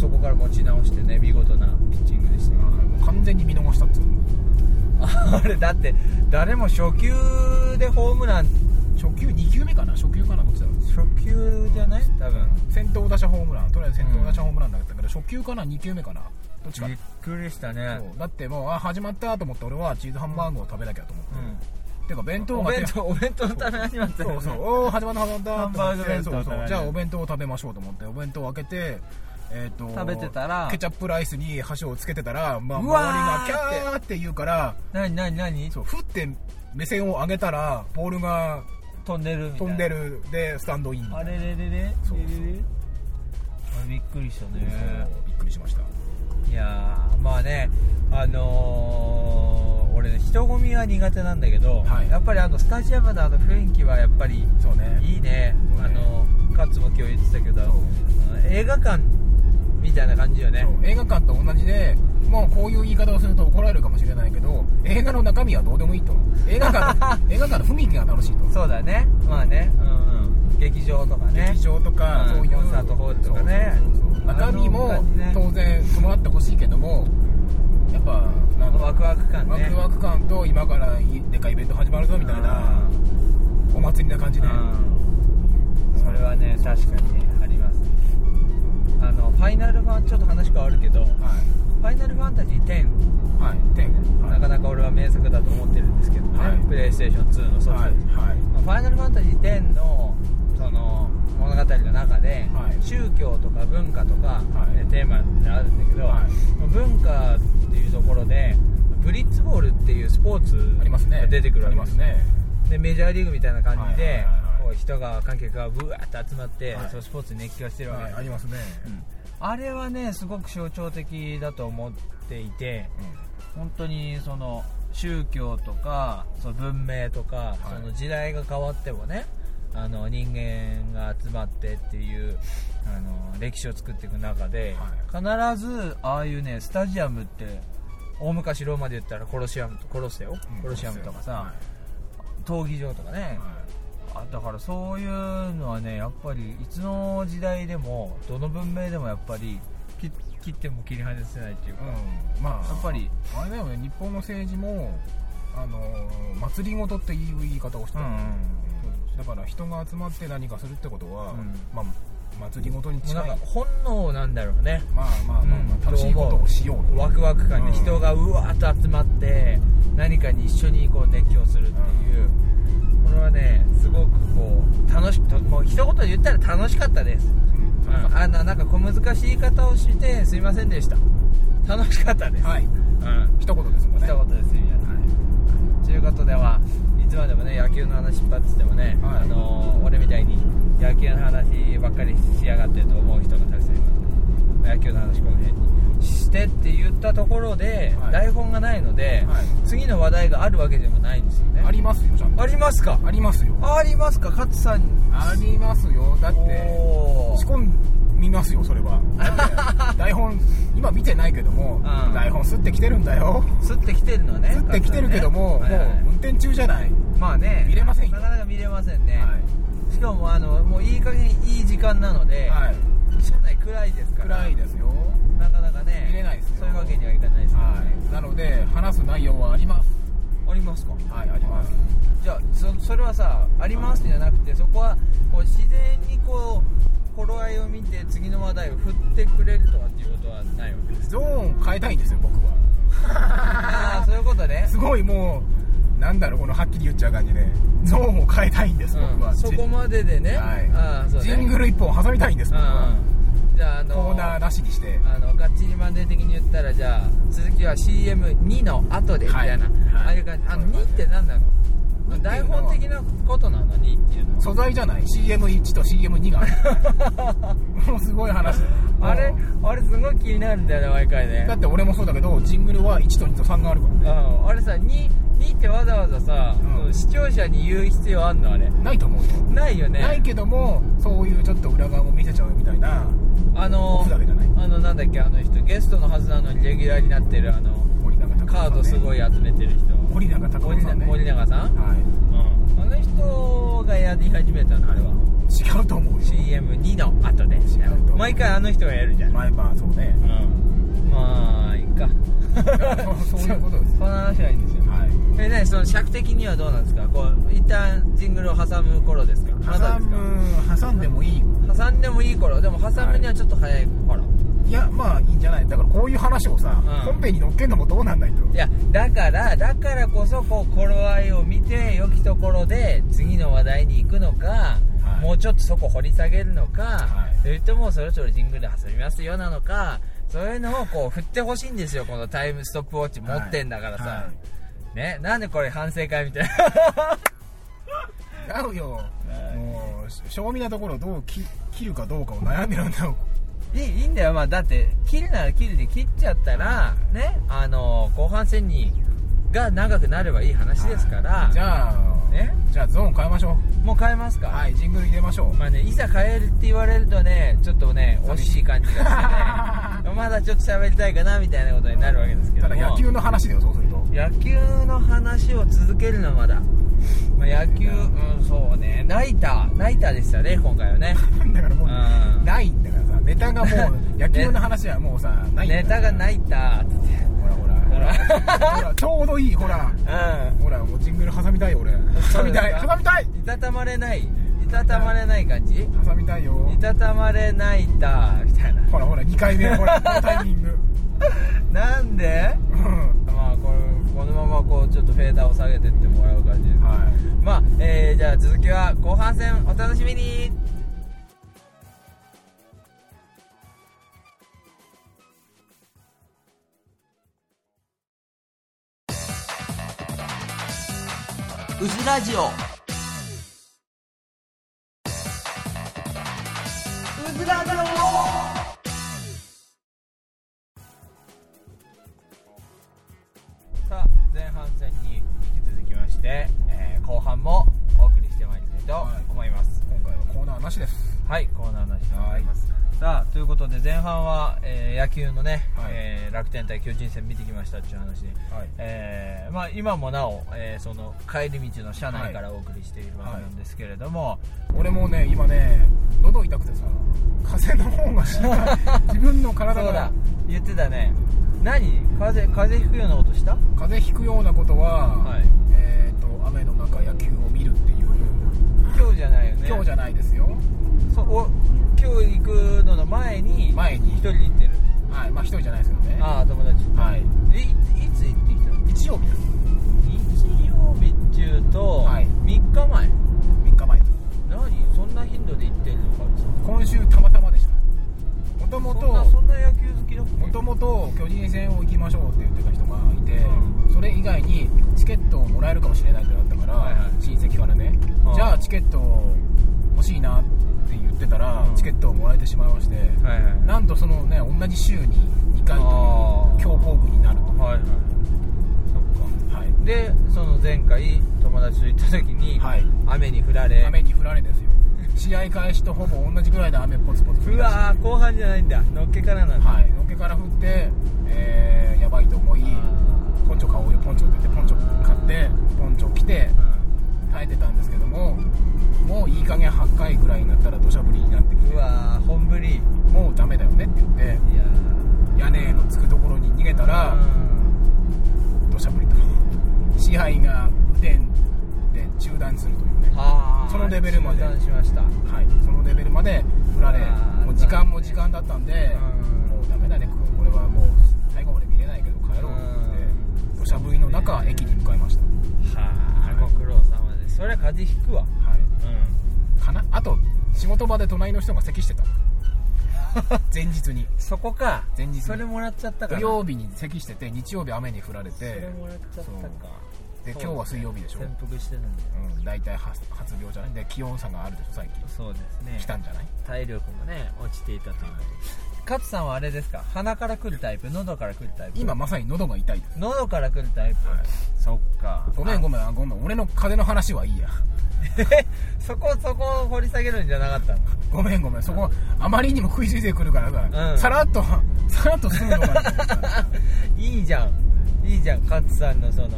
[SPEAKER 1] そこから持ち直してね見事なピッチングでしたよ
[SPEAKER 2] もう完全に見逃したっつうの
[SPEAKER 1] [LAUGHS] あれだって誰も初球でホームラン
[SPEAKER 2] 初球2球目かな初球かなどっちだろう
[SPEAKER 1] 初球じゃない多分
[SPEAKER 2] 先頭打者ホームランとりあえず先頭打者ホームランだったけど、初球かな2球目かなどっちか
[SPEAKER 1] びっくりしたね
[SPEAKER 2] そうだってもうあ始まったと思って俺はチーズハンバーグを食べなきゃと思って、てか弁当
[SPEAKER 1] お
[SPEAKER 2] が
[SPEAKER 1] 弁当お弁当のために始まった
[SPEAKER 2] そう
[SPEAKER 1] よ
[SPEAKER 2] そう
[SPEAKER 1] ね
[SPEAKER 2] おお始まった始まったと
[SPEAKER 1] ハ
[SPEAKER 2] 思って
[SPEAKER 1] ンバーグ弁当
[SPEAKER 2] そうそう
[SPEAKER 1] 食べられる
[SPEAKER 2] じゃあお弁当を食べましょうと思ってお弁当を開けてえーと
[SPEAKER 1] 食べてたら
[SPEAKER 2] ケチャップライスに箸をつけてたら、まあ、
[SPEAKER 1] うわー
[SPEAKER 2] 周りがキャーって言うから
[SPEAKER 1] 何何何
[SPEAKER 2] そうふって目線を上げたらボールが
[SPEAKER 1] 飛んでるみたい
[SPEAKER 2] 飛
[SPEAKER 1] なん
[SPEAKER 2] でるでスタンドインみたいな
[SPEAKER 1] あれれれれ
[SPEAKER 2] そうそう
[SPEAKER 1] れれれあれびっくりしたね
[SPEAKER 2] そうびっくりしました
[SPEAKER 1] いやーまあねあのー俺ね人混みは苦手なんだけど、
[SPEAKER 2] はい
[SPEAKER 1] やっぱりあのスタジアムのあの雰囲気はやっぱり
[SPEAKER 2] そうね
[SPEAKER 1] いいね
[SPEAKER 2] そうね
[SPEAKER 1] あのカツも今日言ってたけど
[SPEAKER 2] そう
[SPEAKER 1] うん映画館みたいな感じよね
[SPEAKER 2] そう映画館と同じでもうこういう言い方をすると怒られるかもしれないけど映画の中身はどうでもいいと映画
[SPEAKER 1] [LAUGHS]
[SPEAKER 2] 館映画館の雰囲気が楽しいと
[SPEAKER 1] そうだねまあね、うんうん、劇場とかね
[SPEAKER 2] 劇場とか、
[SPEAKER 1] うん
[SPEAKER 2] そういう
[SPEAKER 1] コンサートホールとかね
[SPEAKER 2] そうそうそうそう中身も
[SPEAKER 1] あの
[SPEAKER 2] も
[SPEAKER 1] 感じね
[SPEAKER 2] 当然伴ってほしいけどもやっぱなんだろう
[SPEAKER 1] ワクワク感
[SPEAKER 2] ワ
[SPEAKER 1] ね
[SPEAKER 2] クワク感と今からいでかいイベント始まるぞみたいなお祭りな感じね
[SPEAKER 1] うんそれはね確かにねありますあのファイナルファンちょっと話変わるけどフ
[SPEAKER 2] は
[SPEAKER 1] ァ
[SPEAKER 2] い
[SPEAKER 1] イナルファンタジー10
[SPEAKER 2] はい天
[SPEAKER 1] なかなか俺は名作だと思ってるんですけどね、
[SPEAKER 2] はい
[SPEAKER 1] プレイステーション2のソフト、
[SPEAKER 2] はいはい
[SPEAKER 1] まあファイナルファンタジー10のその物語の中で、
[SPEAKER 2] はい
[SPEAKER 1] 宗教とか文化とか、
[SPEAKER 2] い
[SPEAKER 1] えテーマってあるんだけど、
[SPEAKER 2] はい
[SPEAKER 1] 文化っていうところでブリッツボールっていうスポーツ
[SPEAKER 2] ありますね
[SPEAKER 1] が出てくるわけで
[SPEAKER 2] ありますすね
[SPEAKER 1] でメジャーリーグみたいな感じ
[SPEAKER 2] はいはい
[SPEAKER 1] で
[SPEAKER 2] はいはい
[SPEAKER 1] こう人が観客がブワーッと集まって、
[SPEAKER 2] はい
[SPEAKER 1] そのスポーツに熱狂してるわけ
[SPEAKER 2] は
[SPEAKER 1] で
[SPEAKER 2] い
[SPEAKER 1] す、
[SPEAKER 2] ありますね
[SPEAKER 1] うんあれはねすごく象徴的だと思っていて本当にその宗教とかその文明とか、
[SPEAKER 2] はい
[SPEAKER 1] その時代が変わってもねあの人間が集まってっていうあの歴史を作っていく中で、必ずああいうねスタジアムって大昔ローマで言ったらコロシアムとコロッセオ、
[SPEAKER 2] うん
[SPEAKER 1] コロシアムとかさ、
[SPEAKER 2] は
[SPEAKER 1] 闘技場とか
[SPEAKER 2] い
[SPEAKER 1] ね、
[SPEAKER 2] は
[SPEAKER 1] あだからそういうのはねやっぱりいつの時代でもどの文明でもやっぱり切切っても切り離せないっていうか、
[SPEAKER 2] いうんまあ
[SPEAKER 1] やっぱり
[SPEAKER 2] あれだよね日本の政治もあのー祭りごとっていう言い方をしてる
[SPEAKER 1] うんうん
[SPEAKER 2] だから人が集まって何かするってことは、
[SPEAKER 1] うん
[SPEAKER 2] まあ祭りごとに
[SPEAKER 1] もう
[SPEAKER 2] 近
[SPEAKER 1] ないんか本能なんだろうね、
[SPEAKER 2] まあまあまあ、まあ
[SPEAKER 1] うん
[SPEAKER 2] 楽しいことをしようと
[SPEAKER 1] ワクワク感で
[SPEAKER 2] うん
[SPEAKER 1] 人がうわーっと集まって何かに一緒にこう熱狂するっていう、これはねすごくこう楽しくともう一言で言ったら楽しかったです、
[SPEAKER 2] うん
[SPEAKER 1] うんあななんか小難しい言い方をしてすいませんでした楽しかったです、
[SPEAKER 2] はい
[SPEAKER 1] うん
[SPEAKER 2] 一言ですもんね
[SPEAKER 1] 一言ですよ皆さん、ということではいつまでもね野球の話引っ張っててもね、
[SPEAKER 2] はい
[SPEAKER 1] あのー俺みたいに野球の話ばっかりしやがってと思う人がたくさんいます野球の話この辺にしてって言ったところで、
[SPEAKER 2] はい
[SPEAKER 1] 台本がないので、
[SPEAKER 2] はい
[SPEAKER 1] 次の話題があるわけでもないんですよね
[SPEAKER 2] ありますよちゃんと
[SPEAKER 1] ありますか
[SPEAKER 2] ありますよ
[SPEAKER 1] ありますか勝さん
[SPEAKER 2] ありますよだって
[SPEAKER 1] おー
[SPEAKER 2] 仕込みますよそれはだって [LAUGHS] 台本今見てないけども、
[SPEAKER 1] ん
[SPEAKER 2] 台本すってきてるんだよ
[SPEAKER 1] すってきてるのはね
[SPEAKER 2] すってきてるけども、
[SPEAKER 1] 勝さんねはいはい
[SPEAKER 2] もう運転中じゃない、
[SPEAKER 1] まあね
[SPEAKER 2] 見れませんよ
[SPEAKER 1] なかなか見れませんね、
[SPEAKER 2] は
[SPEAKER 1] しかもあのもういい加減いい時間なの
[SPEAKER 2] い
[SPEAKER 1] で、
[SPEAKER 2] はい、
[SPEAKER 1] 車内暗いですから
[SPEAKER 2] 暗いですよ
[SPEAKER 1] なかなかね
[SPEAKER 2] 見れないですよ
[SPEAKER 1] そういうわけにはいかないですからね、
[SPEAKER 2] はいなので話す内容はあります
[SPEAKER 1] ありますか
[SPEAKER 2] はいあります
[SPEAKER 1] じゃあそそれはさありますじゃなくてそこはこう自然にこう頃合いを見て次の話題を振ってくれるとかっていうことはないわけ
[SPEAKER 2] [LAUGHS]
[SPEAKER 1] です
[SPEAKER 2] ゾーンを変えたいんですよ僕は
[SPEAKER 1] ああそういうことね
[SPEAKER 2] すごいもうなんだろうこのはっきり言っちゃう感じでゾーンを変えたいんです、僕
[SPEAKER 1] う
[SPEAKER 2] は
[SPEAKER 1] ん、そこまででね、
[SPEAKER 2] はい
[SPEAKER 1] ああそうね
[SPEAKER 2] ジングル一本挟みたいんです
[SPEAKER 1] う
[SPEAKER 2] 僕は、
[SPEAKER 1] んうんじゃああの
[SPEAKER 2] コーナーなしにして
[SPEAKER 1] あのガッチリマンデー的に言ったらじゃあ続きは CM2 の後でみたいな、
[SPEAKER 2] はいはい
[SPEAKER 1] ああいう感じあの
[SPEAKER 2] そういう感
[SPEAKER 1] 2
[SPEAKER 2] じ
[SPEAKER 1] って何な
[SPEAKER 2] 二
[SPEAKER 1] の
[SPEAKER 2] ってい
[SPEAKER 1] 台
[SPEAKER 2] うのは
[SPEAKER 1] 本的なことなの2っていうのは
[SPEAKER 2] 素材じゃない CM1 と CM2 がある
[SPEAKER 1] [LAUGHS]
[SPEAKER 2] もうすごい話
[SPEAKER 1] あれ
[SPEAKER 2] も
[SPEAKER 1] あれすごい気になるんだよね毎回
[SPEAKER 2] うだ
[SPEAKER 1] ね
[SPEAKER 2] って俺もそうだけどジングルは1と2と3があるからね
[SPEAKER 1] うんあれさ 2, 2ってわざわざさ、
[SPEAKER 2] うん
[SPEAKER 1] その視聴者に言う必要あんのあれ
[SPEAKER 2] ないと思うよ、
[SPEAKER 1] ないよね
[SPEAKER 2] ないけどもそういうちょっと裏側も見せちゃうみたいな
[SPEAKER 1] あの
[SPEAKER 2] オフだけじゃない
[SPEAKER 1] あのなんだっけあの人ゲストのはずなのにレギュラーになってるあの
[SPEAKER 2] 森永隆夫
[SPEAKER 1] カ
[SPEAKER 2] さ
[SPEAKER 1] ー
[SPEAKER 2] んね
[SPEAKER 1] ドすごい集めてる人
[SPEAKER 2] 森永隆
[SPEAKER 1] 森
[SPEAKER 2] 夫さんね
[SPEAKER 1] 森永さん、
[SPEAKER 2] はい
[SPEAKER 1] うん、あの人がやり始めたのあれは
[SPEAKER 2] 違うと思うよ
[SPEAKER 1] CM2 の後で
[SPEAKER 2] 違うと
[SPEAKER 1] 毎回あの人がやるじゃん、
[SPEAKER 2] まあまあそうね
[SPEAKER 1] うんまあいいか
[SPEAKER 2] [LAUGHS] そうそういうことで
[SPEAKER 1] [LAUGHS]
[SPEAKER 2] す
[SPEAKER 1] その話はいいんですよ
[SPEAKER 2] はい
[SPEAKER 1] [LAUGHS] え何その尺的にはどうなんですかこう一旦ジングルを挟む頃ですかあなた
[SPEAKER 2] 挟
[SPEAKER 1] ですか
[SPEAKER 2] む挟んでもいい
[SPEAKER 1] 挟んでもいい頃でも挟むにはちょっと早い頃、
[SPEAKER 2] いやまあいいんじゃないだからこういう話を
[SPEAKER 1] う
[SPEAKER 2] さ、
[SPEAKER 1] ん
[SPEAKER 2] 本編に乗っけるのもどうなんないと
[SPEAKER 1] いやだからだからこそこう頃合いを見て良きところで次の話題に行くのか、
[SPEAKER 2] はい
[SPEAKER 1] もうちょっとそこ掘り下げるのか、
[SPEAKER 2] はい
[SPEAKER 1] それともそろそろ神宮で挟みますよなのかそういうのをこう振ってほしいんですよこのタイムストップウォッチ持ってんだからさ、
[SPEAKER 2] はいはい
[SPEAKER 1] ねなんでこれ反省会みたいな [LAUGHS]
[SPEAKER 2] 違うよ、もうし正味なところをどうき切るかどうかを悩んでるんだよ
[SPEAKER 1] いいいいんだよまあだって切るなら切るで切っちゃったらねあの後半戦にが長くなればいい話ですから、
[SPEAKER 2] はいじゃあ、
[SPEAKER 1] ね
[SPEAKER 2] じゃあゾーン変えましょ
[SPEAKER 1] もう変えます
[SPEAKER 2] う
[SPEAKER 1] か
[SPEAKER 2] はいジングル入れましょう
[SPEAKER 1] まあね、いざ帰るって言われるとね、ちょっとね、惜しい感じが [LAUGHS] してね、まだちょっと喋りたいかなみたいなことになるわけですけど
[SPEAKER 2] た
[SPEAKER 1] も、
[SPEAKER 2] だ野球の話だよそうすると
[SPEAKER 1] 野球の話を続けるのはまだ、まあ、野球、うん、そうね、ナイター、ナイターでしたね、今回はね。
[SPEAKER 2] だからもう
[SPEAKER 1] うん [LAUGHS]
[SPEAKER 2] ないんだからさネタがもう野球の話はもうさないんだ
[SPEAKER 1] ネ
[SPEAKER 2] よ
[SPEAKER 1] タがないったーつって
[SPEAKER 2] ほらほらほらほらちょうどいいほら
[SPEAKER 1] う
[SPEAKER 2] ほらもうジングル挟みたいよ俺挟み
[SPEAKER 1] [LAUGHS]
[SPEAKER 2] たい挟みたい
[SPEAKER 1] んいたたまれないいたたまれない感じい
[SPEAKER 2] 挟みたいよ
[SPEAKER 1] たたまれないったーみたい
[SPEAKER 2] ほらほら2回目ほらこのタイミング
[SPEAKER 1] ななんで
[SPEAKER 2] うん
[SPEAKER 1] まあこれこのままこうちょっとフェーダーを下げてってもらう感じです
[SPEAKER 2] は
[SPEAKER 1] まあ、えーじゃあ続きは後半戦お楽しみにうずラジオうずラジオさあ前半戦に引き続きまして、えー後半もお送りしてまいりたいと思います、
[SPEAKER 2] 今回はコーナーなしです
[SPEAKER 1] はい、コーナーなしでございます。さあ、ということで前半は、えー野球のね、
[SPEAKER 2] はい
[SPEAKER 1] えー楽天対巨人戦見てきましたっていう話で、
[SPEAKER 2] はい
[SPEAKER 1] えーまあ、今もなお、えーその帰り道の車内からお送りしているわけなんですけれども、
[SPEAKER 2] 俺もね今ね喉痛くてさ風邪の方が心配自分の体
[SPEAKER 1] そう
[SPEAKER 2] が
[SPEAKER 1] だ、言ってたね。何風邪、風邪ひくようなことした
[SPEAKER 2] 風邪ひくようなことは、
[SPEAKER 1] はい
[SPEAKER 2] えっ、と雨の中野球を見るっていう
[SPEAKER 1] 今日じゃないよね。
[SPEAKER 2] 今日じゃないですよ、
[SPEAKER 1] そうお今日行くのの前に、
[SPEAKER 2] 前に
[SPEAKER 1] 一人で行ってる。
[SPEAKER 2] はいまあ一人じゃないですけどね
[SPEAKER 1] ああ、友達。
[SPEAKER 2] はい
[SPEAKER 1] えいいつ行ってきたの
[SPEAKER 2] 日曜日です
[SPEAKER 1] 日曜日っていうと、
[SPEAKER 2] はい
[SPEAKER 1] 3日前。
[SPEAKER 2] 3日前です
[SPEAKER 1] 何そんな頻度で行ってんのかって
[SPEAKER 2] 今週たまたまでしたもとも
[SPEAKER 1] そんなそ
[SPEAKER 2] と
[SPEAKER 1] んな野球好きだっけ
[SPEAKER 2] もともと巨人戦を行きましょうって言ってた人がいて、
[SPEAKER 1] う
[SPEAKER 2] それ以外にチケットをもらえるかもしれないってなったから、
[SPEAKER 1] はいはい
[SPEAKER 2] 親戚からね、
[SPEAKER 1] うん
[SPEAKER 2] じゃあチケット欲しいなって言ってたら、
[SPEAKER 1] うん
[SPEAKER 2] チケットをもらえてしまいまして、
[SPEAKER 1] はいはい
[SPEAKER 2] なんとそのね同じ週に2回
[SPEAKER 1] あ
[SPEAKER 2] と
[SPEAKER 1] ー
[SPEAKER 2] いう強行軍になると
[SPEAKER 1] はいはいそ
[SPEAKER 2] はい
[SPEAKER 1] っかでその前回友達と行った時に、
[SPEAKER 2] はい
[SPEAKER 1] 雨に降られ
[SPEAKER 2] 雨に降られですよ試合開始とほぼ同じぐらいで雨ポツポツ降
[SPEAKER 1] う
[SPEAKER 2] り出し
[SPEAKER 1] わー後半じゃないんだのっけからなんだ、
[SPEAKER 2] はいのっけから降って、えーやばいと思い
[SPEAKER 1] あ
[SPEAKER 2] ポンチョ買おうよポンチョって言ってポンチョ買ってポンチョ着て
[SPEAKER 1] ー
[SPEAKER 2] 耐えてたんですけどももういい加減8回ぐらいになったら土砂降りになってき
[SPEAKER 1] うんうわー本降りいや
[SPEAKER 2] てもうダメだよねって言って
[SPEAKER 1] ー
[SPEAKER 2] 屋根のつくところに逃げたら
[SPEAKER 1] うん
[SPEAKER 2] 土砂降りと支配が雨天で中断するというね
[SPEAKER 1] はー
[SPEAKER 2] そのレベルまで
[SPEAKER 1] 中断しました
[SPEAKER 2] はい、そのレベルまで振られ
[SPEAKER 1] うわー
[SPEAKER 2] もう時間も時間だったんで、
[SPEAKER 1] うん
[SPEAKER 2] もうダメだねここれはもう最後まで見れないけど帰ろうと思って
[SPEAKER 1] うん
[SPEAKER 2] 土砂降りの中駅に向かいました
[SPEAKER 1] はーご苦労様ですそれは風邪ひくわ
[SPEAKER 2] はい
[SPEAKER 1] うん
[SPEAKER 2] かなあと仕事場で隣の人が咳してた
[SPEAKER 1] [LAUGHS]
[SPEAKER 2] 前日に
[SPEAKER 1] そこか
[SPEAKER 2] 前日に
[SPEAKER 1] それもらっちゃったか
[SPEAKER 2] 土
[SPEAKER 1] ら
[SPEAKER 2] 曜日に咳してて日曜日雨に降られ
[SPEAKER 1] それ
[SPEAKER 2] て
[SPEAKER 1] もらっちゃったか
[SPEAKER 2] で
[SPEAKER 1] そう
[SPEAKER 2] 今日は水曜日でしょ、
[SPEAKER 1] 潜伏してるんだよ
[SPEAKER 2] うん、大体は発病じゃないで気温差があるでしょ最近
[SPEAKER 1] そうですね
[SPEAKER 2] 来たんじゃない
[SPEAKER 1] 体力もね落ちていたということ勝さんはあれですか鼻から来るタイプ喉から来るタイプ
[SPEAKER 2] 今まさに喉が痛いです
[SPEAKER 1] 喉から来るタイプ、
[SPEAKER 2] はい
[SPEAKER 1] そっか
[SPEAKER 2] ごめんごめんあごめん俺の風邪の話はいいや
[SPEAKER 1] あ [LAUGHS] そこそこを掘り下げるんじゃなかったの [LAUGHS]
[SPEAKER 2] ごめんごめんそこあまりにも食いついてくるからさ、
[SPEAKER 1] うん
[SPEAKER 2] さらっと [LAUGHS] さらっと済むのかなと思った
[SPEAKER 1] いいじゃんいいじゃん勝さんのその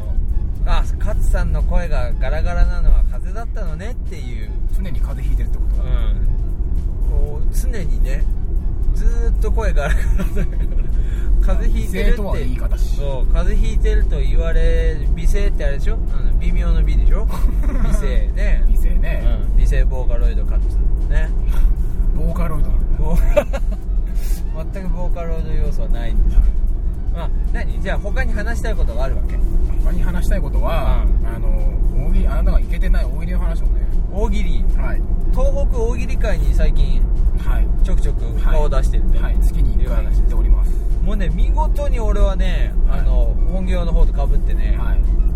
[SPEAKER 1] あ勝さんの声がガラガラなのは風邪だったのねっていう
[SPEAKER 2] 常に風邪ひいてるっ
[SPEAKER 1] [LAUGHS]
[SPEAKER 2] てことが、
[SPEAKER 1] うんこう常にねずーっと声がガラガラだから風邪ひいてるっ
[SPEAKER 2] 美声とは
[SPEAKER 1] て
[SPEAKER 2] 言い方し
[SPEAKER 1] そう風邪ひいてると言われ美声ってあれでしょあの微妙の美でしょ美声 [LAUGHS] ね
[SPEAKER 2] 美声ね、
[SPEAKER 1] うん、美声ボーカロイドカッツね
[SPEAKER 2] ボーカロイドなんだ
[SPEAKER 1] ボー全くボーカロイド要素はないんですけど [LAUGHS] まあ何じゃあ他に話したいことがあるわけ
[SPEAKER 2] 他に話したいことは、
[SPEAKER 1] う
[SPEAKER 2] あの大喜利あなたがいけてない大喜利の話をね
[SPEAKER 1] 大喜利
[SPEAKER 2] はい
[SPEAKER 1] 東北大喜利会に最近
[SPEAKER 2] はい
[SPEAKER 1] ちょくちょく顔を出してるんだよ
[SPEAKER 2] はい月に1回行っております
[SPEAKER 1] もうね見事に俺はね、
[SPEAKER 2] はい
[SPEAKER 1] あの本業の方とかぶってね、、
[SPEAKER 2] は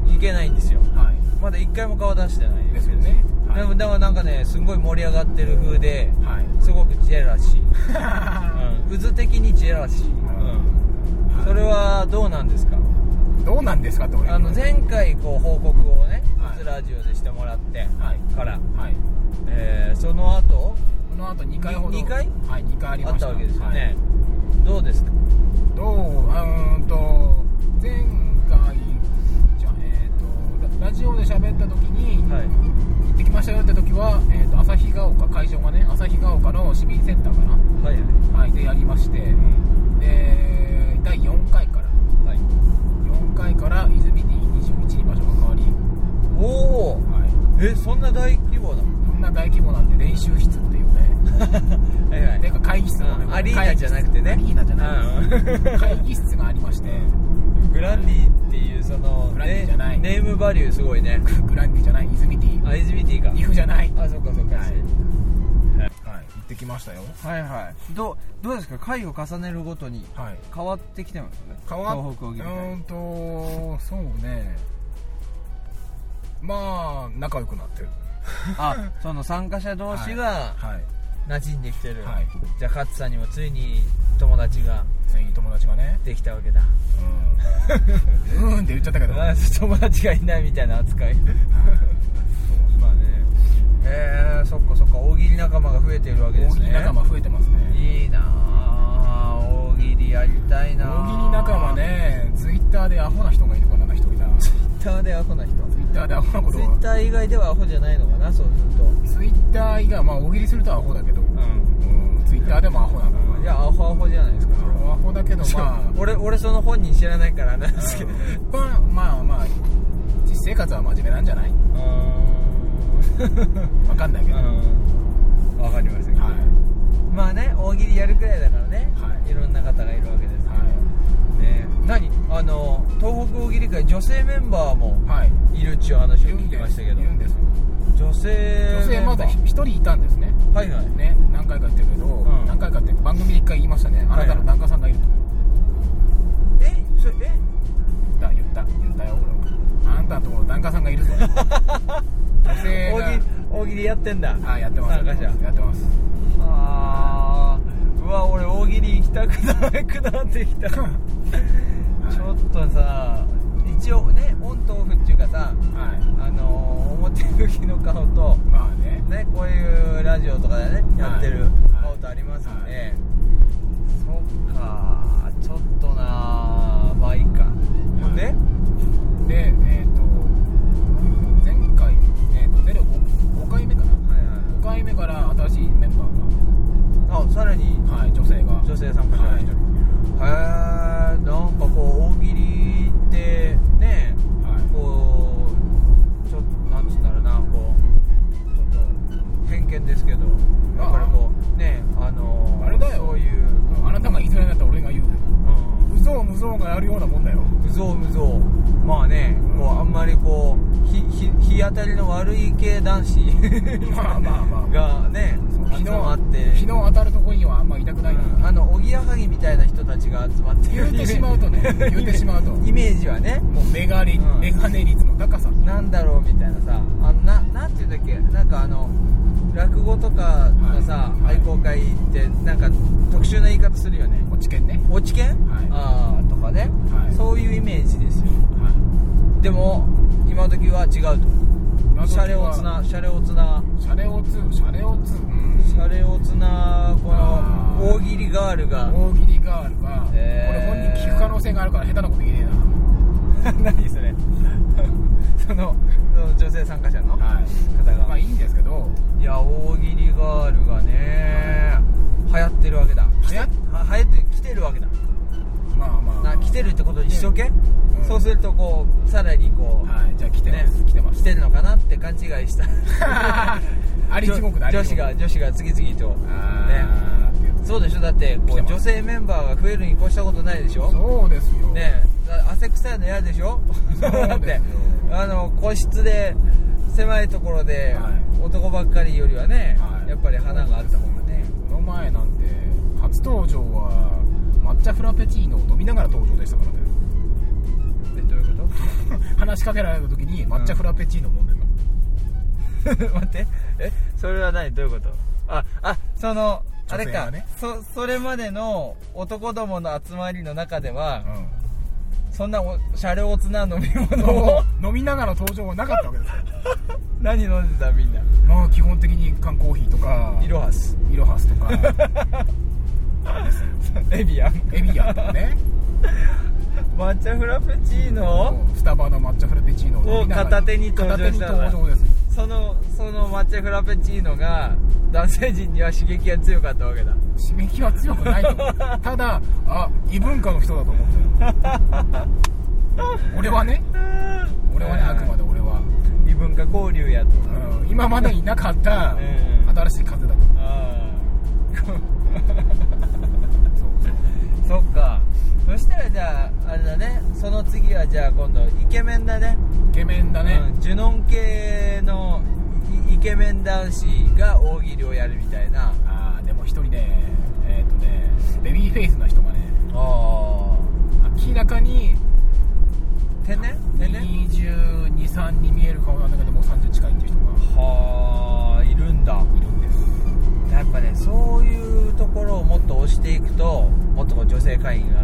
[SPEAKER 2] い
[SPEAKER 1] けないんですよ
[SPEAKER 2] はい
[SPEAKER 1] まだ一回も顔出してない
[SPEAKER 2] ですよねはい
[SPEAKER 1] でもだからなんかねすんごい盛り上がってる風で
[SPEAKER 2] はい
[SPEAKER 1] すごくジェラシー、うん、渦的にジェラシー、うん、それはどうなんですか
[SPEAKER 2] [LAUGHS] どうなんですかって俺に
[SPEAKER 1] あの前回こう報告をね
[SPEAKER 2] は
[SPEAKER 1] 「
[SPEAKER 2] いう
[SPEAKER 1] つラジオ」でしてもらって
[SPEAKER 2] はい
[SPEAKER 1] から、
[SPEAKER 2] はい
[SPEAKER 1] えーその後
[SPEAKER 2] この後2回ほど
[SPEAKER 1] に二回
[SPEAKER 2] はい2回ありま
[SPEAKER 1] あ
[SPEAKER 2] し
[SPEAKER 1] ったたわけですよね、どうですか
[SPEAKER 2] はいどうあーんと前回じゃあえっ、とララジオで喋った時に、
[SPEAKER 1] はい
[SPEAKER 2] 行ってきましたよって時は、えー、と旭ヶ丘会場がね旭ヶ丘の市民センターかな
[SPEAKER 1] はいはい
[SPEAKER 2] はい、でやりまして、集室っていうね
[SPEAKER 1] はいはい
[SPEAKER 2] なんか会議室の、
[SPEAKER 1] うんアリーナじゃなくてね
[SPEAKER 2] アリーナじゃないです会議室がありまして
[SPEAKER 1] グランディっていうその
[SPEAKER 2] グランディじゃない
[SPEAKER 1] ネネームバリューすごいね
[SPEAKER 2] グランディじゃない泉ティー
[SPEAKER 1] あイズミティか
[SPEAKER 2] 岐阜じゃない
[SPEAKER 1] あそっかそっか
[SPEAKER 2] は
[SPEAKER 1] はい
[SPEAKER 2] いはい行ってきましたよ
[SPEAKER 1] はいはいどうどうですか回を重ねるごとに
[SPEAKER 2] はい
[SPEAKER 1] 変わってきてますね
[SPEAKER 2] 変わっ
[SPEAKER 1] 東北を
[SPEAKER 2] う
[SPEAKER 1] 切り
[SPEAKER 2] ーんとそうねまあ仲良くなってる
[SPEAKER 1] あその参加者同士 [LAUGHS] が
[SPEAKER 2] はい
[SPEAKER 1] 馴染んできてる、
[SPEAKER 2] はい
[SPEAKER 1] じゃあ勝さんにもついに友達が
[SPEAKER 2] ついに友達がね
[SPEAKER 1] できたわけだ
[SPEAKER 2] うんうーん [LAUGHS] って言っちゃったけど
[SPEAKER 1] あ友達がいないみたいな扱 [LAUGHS] いまあねえー、そっかそっか大喜利仲間が増えているわけで
[SPEAKER 2] 大
[SPEAKER 1] す
[SPEAKER 2] 喜
[SPEAKER 1] ね
[SPEAKER 2] 利仲間増えてますね
[SPEAKER 1] いいなあ大喜利やりたいなあ
[SPEAKER 2] 大喜利仲間ねツイッターでアホな人がいるからな一人だツイ
[SPEAKER 1] ツイッターでアホな人ツ
[SPEAKER 2] ッターでアホなこと
[SPEAKER 1] イッター以外ではアホじゃないのかなそうすると
[SPEAKER 2] ツイッター以外まあ大喜利するとアホだけどうんツイッターでもアホなんだ
[SPEAKER 1] いやアホアホじゃないですか
[SPEAKER 2] アホだけどまあ
[SPEAKER 1] 俺俺その本人知らないからなんですけど
[SPEAKER 2] まあまあまあ実生活は真面目なんじゃないわかんないけどはい
[SPEAKER 1] わかりませんけど
[SPEAKER 2] はい
[SPEAKER 1] まあね大喜利やるくらいだからね
[SPEAKER 2] はい
[SPEAKER 1] いろんな方がいるわけですけどね何あの東北大喜利会女性メンバーも
[SPEAKER 2] はい
[SPEAKER 1] いるっちゅう話を
[SPEAKER 2] いる
[SPEAKER 1] 聞
[SPEAKER 2] ん
[SPEAKER 1] き
[SPEAKER 2] で
[SPEAKER 1] ますしたけど
[SPEAKER 2] いるんです
[SPEAKER 1] 女性
[SPEAKER 2] 女性
[SPEAKER 1] メンバ
[SPEAKER 2] ま
[SPEAKER 1] ー
[SPEAKER 2] だ一人いたんですね
[SPEAKER 1] はいはい
[SPEAKER 2] ね何回か言ってるけど、
[SPEAKER 1] ん
[SPEAKER 2] 何回かって番組で一回言いましたねあ
[SPEAKER 1] はい
[SPEAKER 2] なたの旦那さんがいると
[SPEAKER 1] えそれえ
[SPEAKER 2] 言った言った言ったよ俺はあんたのところ旦那さんがいると女性
[SPEAKER 1] 大
[SPEAKER 2] が
[SPEAKER 1] 喜利大喜利やってんだ
[SPEAKER 2] あやってます
[SPEAKER 1] 参加者
[SPEAKER 2] やってます
[SPEAKER 1] あーうわ俺大喜利行きたくないくなってきたちょっとさ一応ねオンとオフっていうかさ
[SPEAKER 2] はい
[SPEAKER 1] あのー、表向きの顔と
[SPEAKER 2] まあね
[SPEAKER 1] ねこういうラジオとかでね
[SPEAKER 2] はい
[SPEAKER 1] やってる
[SPEAKER 2] はい
[SPEAKER 1] 顔とありますんで、そっかちょっとなまあいいか、ほんで
[SPEAKER 2] でえっ、と前回、えー、と出る 5, 回目かな5回目から新しいメンバー
[SPEAKER 1] あさらに
[SPEAKER 2] がはい女性が
[SPEAKER 1] 女性参加者が一人へえんかこう大喜利ってね
[SPEAKER 2] はい
[SPEAKER 1] こうちょっとなんつうんだろうなこうちょっと偏見ですけどやっぱりこうねあのー
[SPEAKER 2] あれだよ
[SPEAKER 1] そういう、
[SPEAKER 2] あなたが言いづらいんだったら俺が言うよ無造無造がやるようなもんだよ
[SPEAKER 1] 無造無造まあねこうあんまりこうひひ日当たりの悪い系男子
[SPEAKER 2] まあまあまあ
[SPEAKER 1] がね集まって
[SPEAKER 2] 日の当たるとこにはあんまいたくないな、
[SPEAKER 1] うんあのおぎやはぎみたいな人たちが集まってる
[SPEAKER 2] 言ってしまうとね言ってしまうと
[SPEAKER 1] [LAUGHS] イメージはね
[SPEAKER 2] もうメガリ、
[SPEAKER 1] うん
[SPEAKER 2] メガネ率の高さ
[SPEAKER 1] なんだろうみたいなさあのななんていうんだっけなんかあの落語とかのさ、
[SPEAKER 2] はい
[SPEAKER 1] 愛好会ってなんか特殊な言い方するよね
[SPEAKER 2] 落ち券ね、
[SPEAKER 1] 落ち券、
[SPEAKER 2] はい
[SPEAKER 1] ああとかね、
[SPEAKER 2] はい
[SPEAKER 1] そういうイメージですよ
[SPEAKER 2] は
[SPEAKER 1] でも今時は違うと
[SPEAKER 2] い
[SPEAKER 1] シャレオツなシャレオツな
[SPEAKER 2] シャレオツシャレオツ、うん
[SPEAKER 1] シャレオツなこ
[SPEAKER 2] あ
[SPEAKER 1] の
[SPEAKER 2] ー
[SPEAKER 1] 大喜利ガール
[SPEAKER 2] [LAUGHS]
[SPEAKER 1] が
[SPEAKER 2] 大喜利ガールが、
[SPEAKER 1] えー
[SPEAKER 2] これ本人聞く可能性があるから下手なこと言えね
[SPEAKER 1] 何それ [LAUGHS] そのその女性参加者の
[SPEAKER 2] えな、
[SPEAKER 1] 方
[SPEAKER 2] はい、
[SPEAKER 1] が、
[SPEAKER 2] まあいいんですけど
[SPEAKER 1] いや大喜利ガールがね流行ってるわけだ
[SPEAKER 2] 流行っ
[SPEAKER 1] は流行ってきてるわけだ
[SPEAKER 2] まあまあ
[SPEAKER 1] な来てるってことにしとけ、
[SPEAKER 2] うん
[SPEAKER 1] そうするとこうさらにこう、
[SPEAKER 2] はいじゃあ来てます、
[SPEAKER 1] ね
[SPEAKER 2] 来てます
[SPEAKER 1] 来てるのかなって勘違いした
[SPEAKER 2] [LAUGHS] あり地獄だあり
[SPEAKER 1] 女
[SPEAKER 2] 地
[SPEAKER 1] 子
[SPEAKER 2] 獄
[SPEAKER 1] が女子が次々とね
[SPEAKER 2] あー
[SPEAKER 1] そうでしょだってこ
[SPEAKER 2] 来て
[SPEAKER 1] う
[SPEAKER 2] ます
[SPEAKER 1] 女性メンバーが増えるに越したことないでしょ
[SPEAKER 2] そうですよ、
[SPEAKER 1] ねえだ汗臭いの嫌でしょ
[SPEAKER 2] そうです
[SPEAKER 1] [LAUGHS]
[SPEAKER 2] よ
[SPEAKER 1] だってあの個室で狭いところで、
[SPEAKER 2] はい
[SPEAKER 1] 男ばっかりよりはね、
[SPEAKER 2] はい
[SPEAKER 1] やっぱり花があった方がね
[SPEAKER 2] この前なんて初登場は抹茶フラペチーノを飲みながら登場でしたからね [LAUGHS]
[SPEAKER 1] えどういうこ
[SPEAKER 2] 話しかけられた時に抹茶フラペチーノを飲んでた、
[SPEAKER 1] と [LAUGHS] 待ってえそれは何どういうことああそのあれ
[SPEAKER 2] 女性
[SPEAKER 1] か、
[SPEAKER 2] はね
[SPEAKER 1] そそれまでの男どもの集まりの中では、そんなおシャレオツな飲み物を
[SPEAKER 2] 飲みながら登場はなかったわけですよ
[SPEAKER 1] [LAUGHS] 何飲んでたみんな
[SPEAKER 2] まあ基本的に缶コーヒーとか
[SPEAKER 1] イロハス
[SPEAKER 2] イロハスとか
[SPEAKER 1] [LAUGHS] エビアン
[SPEAKER 2] エビアンとかね
[SPEAKER 1] 抹茶フラペチーノ
[SPEAKER 2] スタバの抹茶フラペチーノを飲みながら
[SPEAKER 1] を片手に登場したの
[SPEAKER 2] 片手に登場です
[SPEAKER 1] そのその抹茶フラペチーノが男性陣には刺激が強かったわけだ
[SPEAKER 2] 刺激は強くないと思う [LAUGHS] ただあ異文化の人だと思ってる俺はね [LAUGHS] 俺はねあくまで俺は、
[SPEAKER 1] 異文化交流やと
[SPEAKER 2] うん今までになかった
[SPEAKER 1] うん
[SPEAKER 2] 新しい風だと
[SPEAKER 1] あー
[SPEAKER 2] そう
[SPEAKER 1] [LAUGHS] そっかそしたらじゃああれだねその次はじゃあ今度イケメンだね
[SPEAKER 2] イケメンだね、
[SPEAKER 1] うんジュノン系のイイケメン男子が大喜利をやるみたいな
[SPEAKER 2] ああでも一人ねえっ、とねベビーフェイスの人がね
[SPEAKER 1] あ
[SPEAKER 2] 明らかに
[SPEAKER 1] 天然天然
[SPEAKER 2] 223に見える顔なんだけどもう30近いっていう人が
[SPEAKER 1] はあいるんだ
[SPEAKER 2] いるんで
[SPEAKER 1] [LAUGHS]
[SPEAKER 2] す
[SPEAKER 1] やっぱねそういうところをもっと押していくともっとこう女性会員が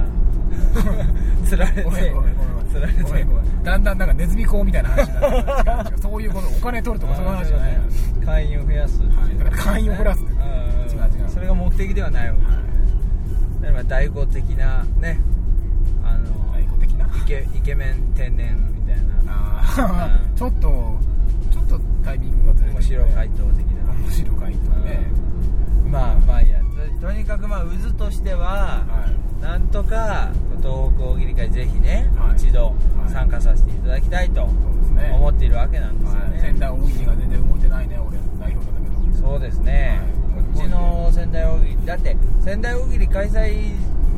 [SPEAKER 1] [LAUGHS] つられて
[SPEAKER 2] ごめんごめんごめん
[SPEAKER 1] つられて
[SPEAKER 2] ごめんごめんだんだんなんかネズミ講みたいな話になってる違う違うそういうことお金取るとかそういう話じゃない
[SPEAKER 1] あー会員を増やすって
[SPEAKER 2] はいいうだから会員を増やすって
[SPEAKER 1] うん
[SPEAKER 2] 違う違う
[SPEAKER 1] それが目的ではないわけだから代行的なねあの、
[SPEAKER 2] 愛護的な
[SPEAKER 1] イケイケメン天然みたいな
[SPEAKER 2] あ
[SPEAKER 1] うん
[SPEAKER 2] ーちょっとちょっとタイミングがずれて
[SPEAKER 1] 面白回答的な
[SPEAKER 2] 面白回答ね
[SPEAKER 1] まあまあいいやととにかくまあ渦としては、
[SPEAKER 2] はい
[SPEAKER 1] なんとか東北大喜利会ぜひね、
[SPEAKER 2] はい
[SPEAKER 1] 一度
[SPEAKER 2] はい
[SPEAKER 1] 参加させていただきたいと
[SPEAKER 2] そうですね
[SPEAKER 1] 思っているわけなんですよ
[SPEAKER 2] はい仙
[SPEAKER 1] ね、
[SPEAKER 2] 台大喜利が全然動いてないね俺代表なんだけど
[SPEAKER 1] そうですね、
[SPEAKER 2] はい
[SPEAKER 1] こっちの仙台大喜利だって仙台大喜利開催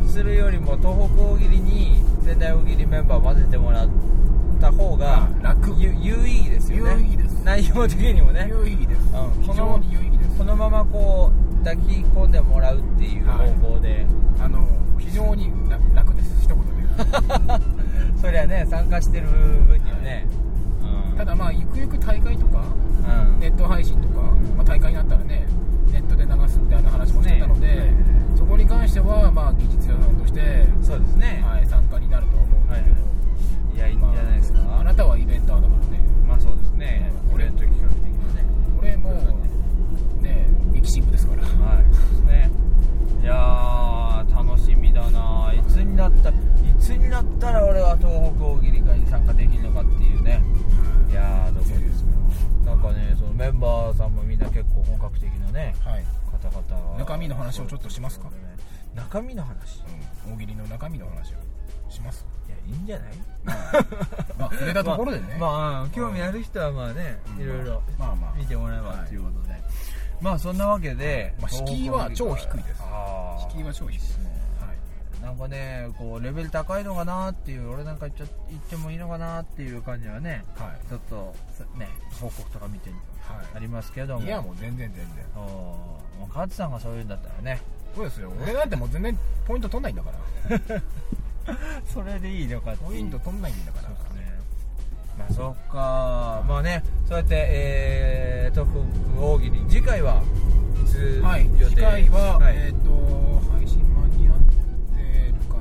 [SPEAKER 1] するよりも東北大喜利に仙台大喜利メンバーを混ぜてもらった方が
[SPEAKER 2] あ楽
[SPEAKER 1] ゆ有意義ですよね
[SPEAKER 2] 有意義です
[SPEAKER 1] 内容的にもね
[SPEAKER 2] 有意義です、
[SPEAKER 1] うん
[SPEAKER 2] 非常に有意義です
[SPEAKER 1] このままこう抱き込んでもらうっていう方向で、
[SPEAKER 2] あの非常に楽楽です一言で言う [LAUGHS]
[SPEAKER 1] そりゃね参加してる分にはね、
[SPEAKER 2] ただまあゆくゆく大会とか
[SPEAKER 1] うん
[SPEAKER 2] ネット配信とか、まあ、大会になったらねネットで流すみたいな話もしてたので、
[SPEAKER 1] ねはい
[SPEAKER 2] そこに関してはまあ技術屋さんとして、
[SPEAKER 1] そうですね、
[SPEAKER 2] はい、参加になるとは思うんですけど、
[SPEAKER 1] い、やいいんじゃないですか、
[SPEAKER 2] まあ、あなたはイベンターだからね
[SPEAKER 1] まあそうですね
[SPEAKER 2] イベント企画
[SPEAKER 1] 的にね
[SPEAKER 2] 俺もうね力士部ですから
[SPEAKER 1] はいそうですねいやー楽しみだないつになったいつになったら俺は東北大喜利会に参加できるのかっていうねいやーどこですかなんかねそのメンバーさんもみんな結構本格的なね
[SPEAKER 2] はい
[SPEAKER 1] 方々が
[SPEAKER 2] 中身の話をちょっとしますか
[SPEAKER 1] そうですね中身の話い
[SPEAKER 2] うん、大喜利の中身の話を
[SPEAKER 1] [LAUGHS]
[SPEAKER 2] します
[SPEAKER 1] やいいんじゃない
[SPEAKER 2] まあ触れたところでね、
[SPEAKER 1] まあ、まあうん興味ある人はまあね、
[SPEAKER 2] うん
[SPEAKER 1] いろいろ
[SPEAKER 2] まあまあ
[SPEAKER 1] 見てもらえばということで、まあそんなわけで、
[SPEAKER 2] まあ敷居は超低いです
[SPEAKER 1] あー
[SPEAKER 2] 敷居は超低いですねはい
[SPEAKER 1] なんかねこうレベル高いのかなっていう俺なんか言っちゃ言ってもいいのかなっていう感じはね
[SPEAKER 2] はい
[SPEAKER 1] ちょっとね報告とか見てあ
[SPEAKER 2] は
[SPEAKER 1] りますけども
[SPEAKER 2] い、いやもう全然全然
[SPEAKER 1] おーもう勝さんがそういうんだったら
[SPEAKER 2] [LAUGHS]
[SPEAKER 1] ね
[SPEAKER 2] そうですよ俺なんてもう全然ポイント取んないんだから
[SPEAKER 1] それでいいのかって
[SPEAKER 2] ポイント取んないんだから
[SPEAKER 1] そうですねまあそっかまあねそうやってえー、トーク大喜利次回はいつ予定
[SPEAKER 2] はい次回は、
[SPEAKER 1] はい
[SPEAKER 2] えっ、と配信間に合ってるか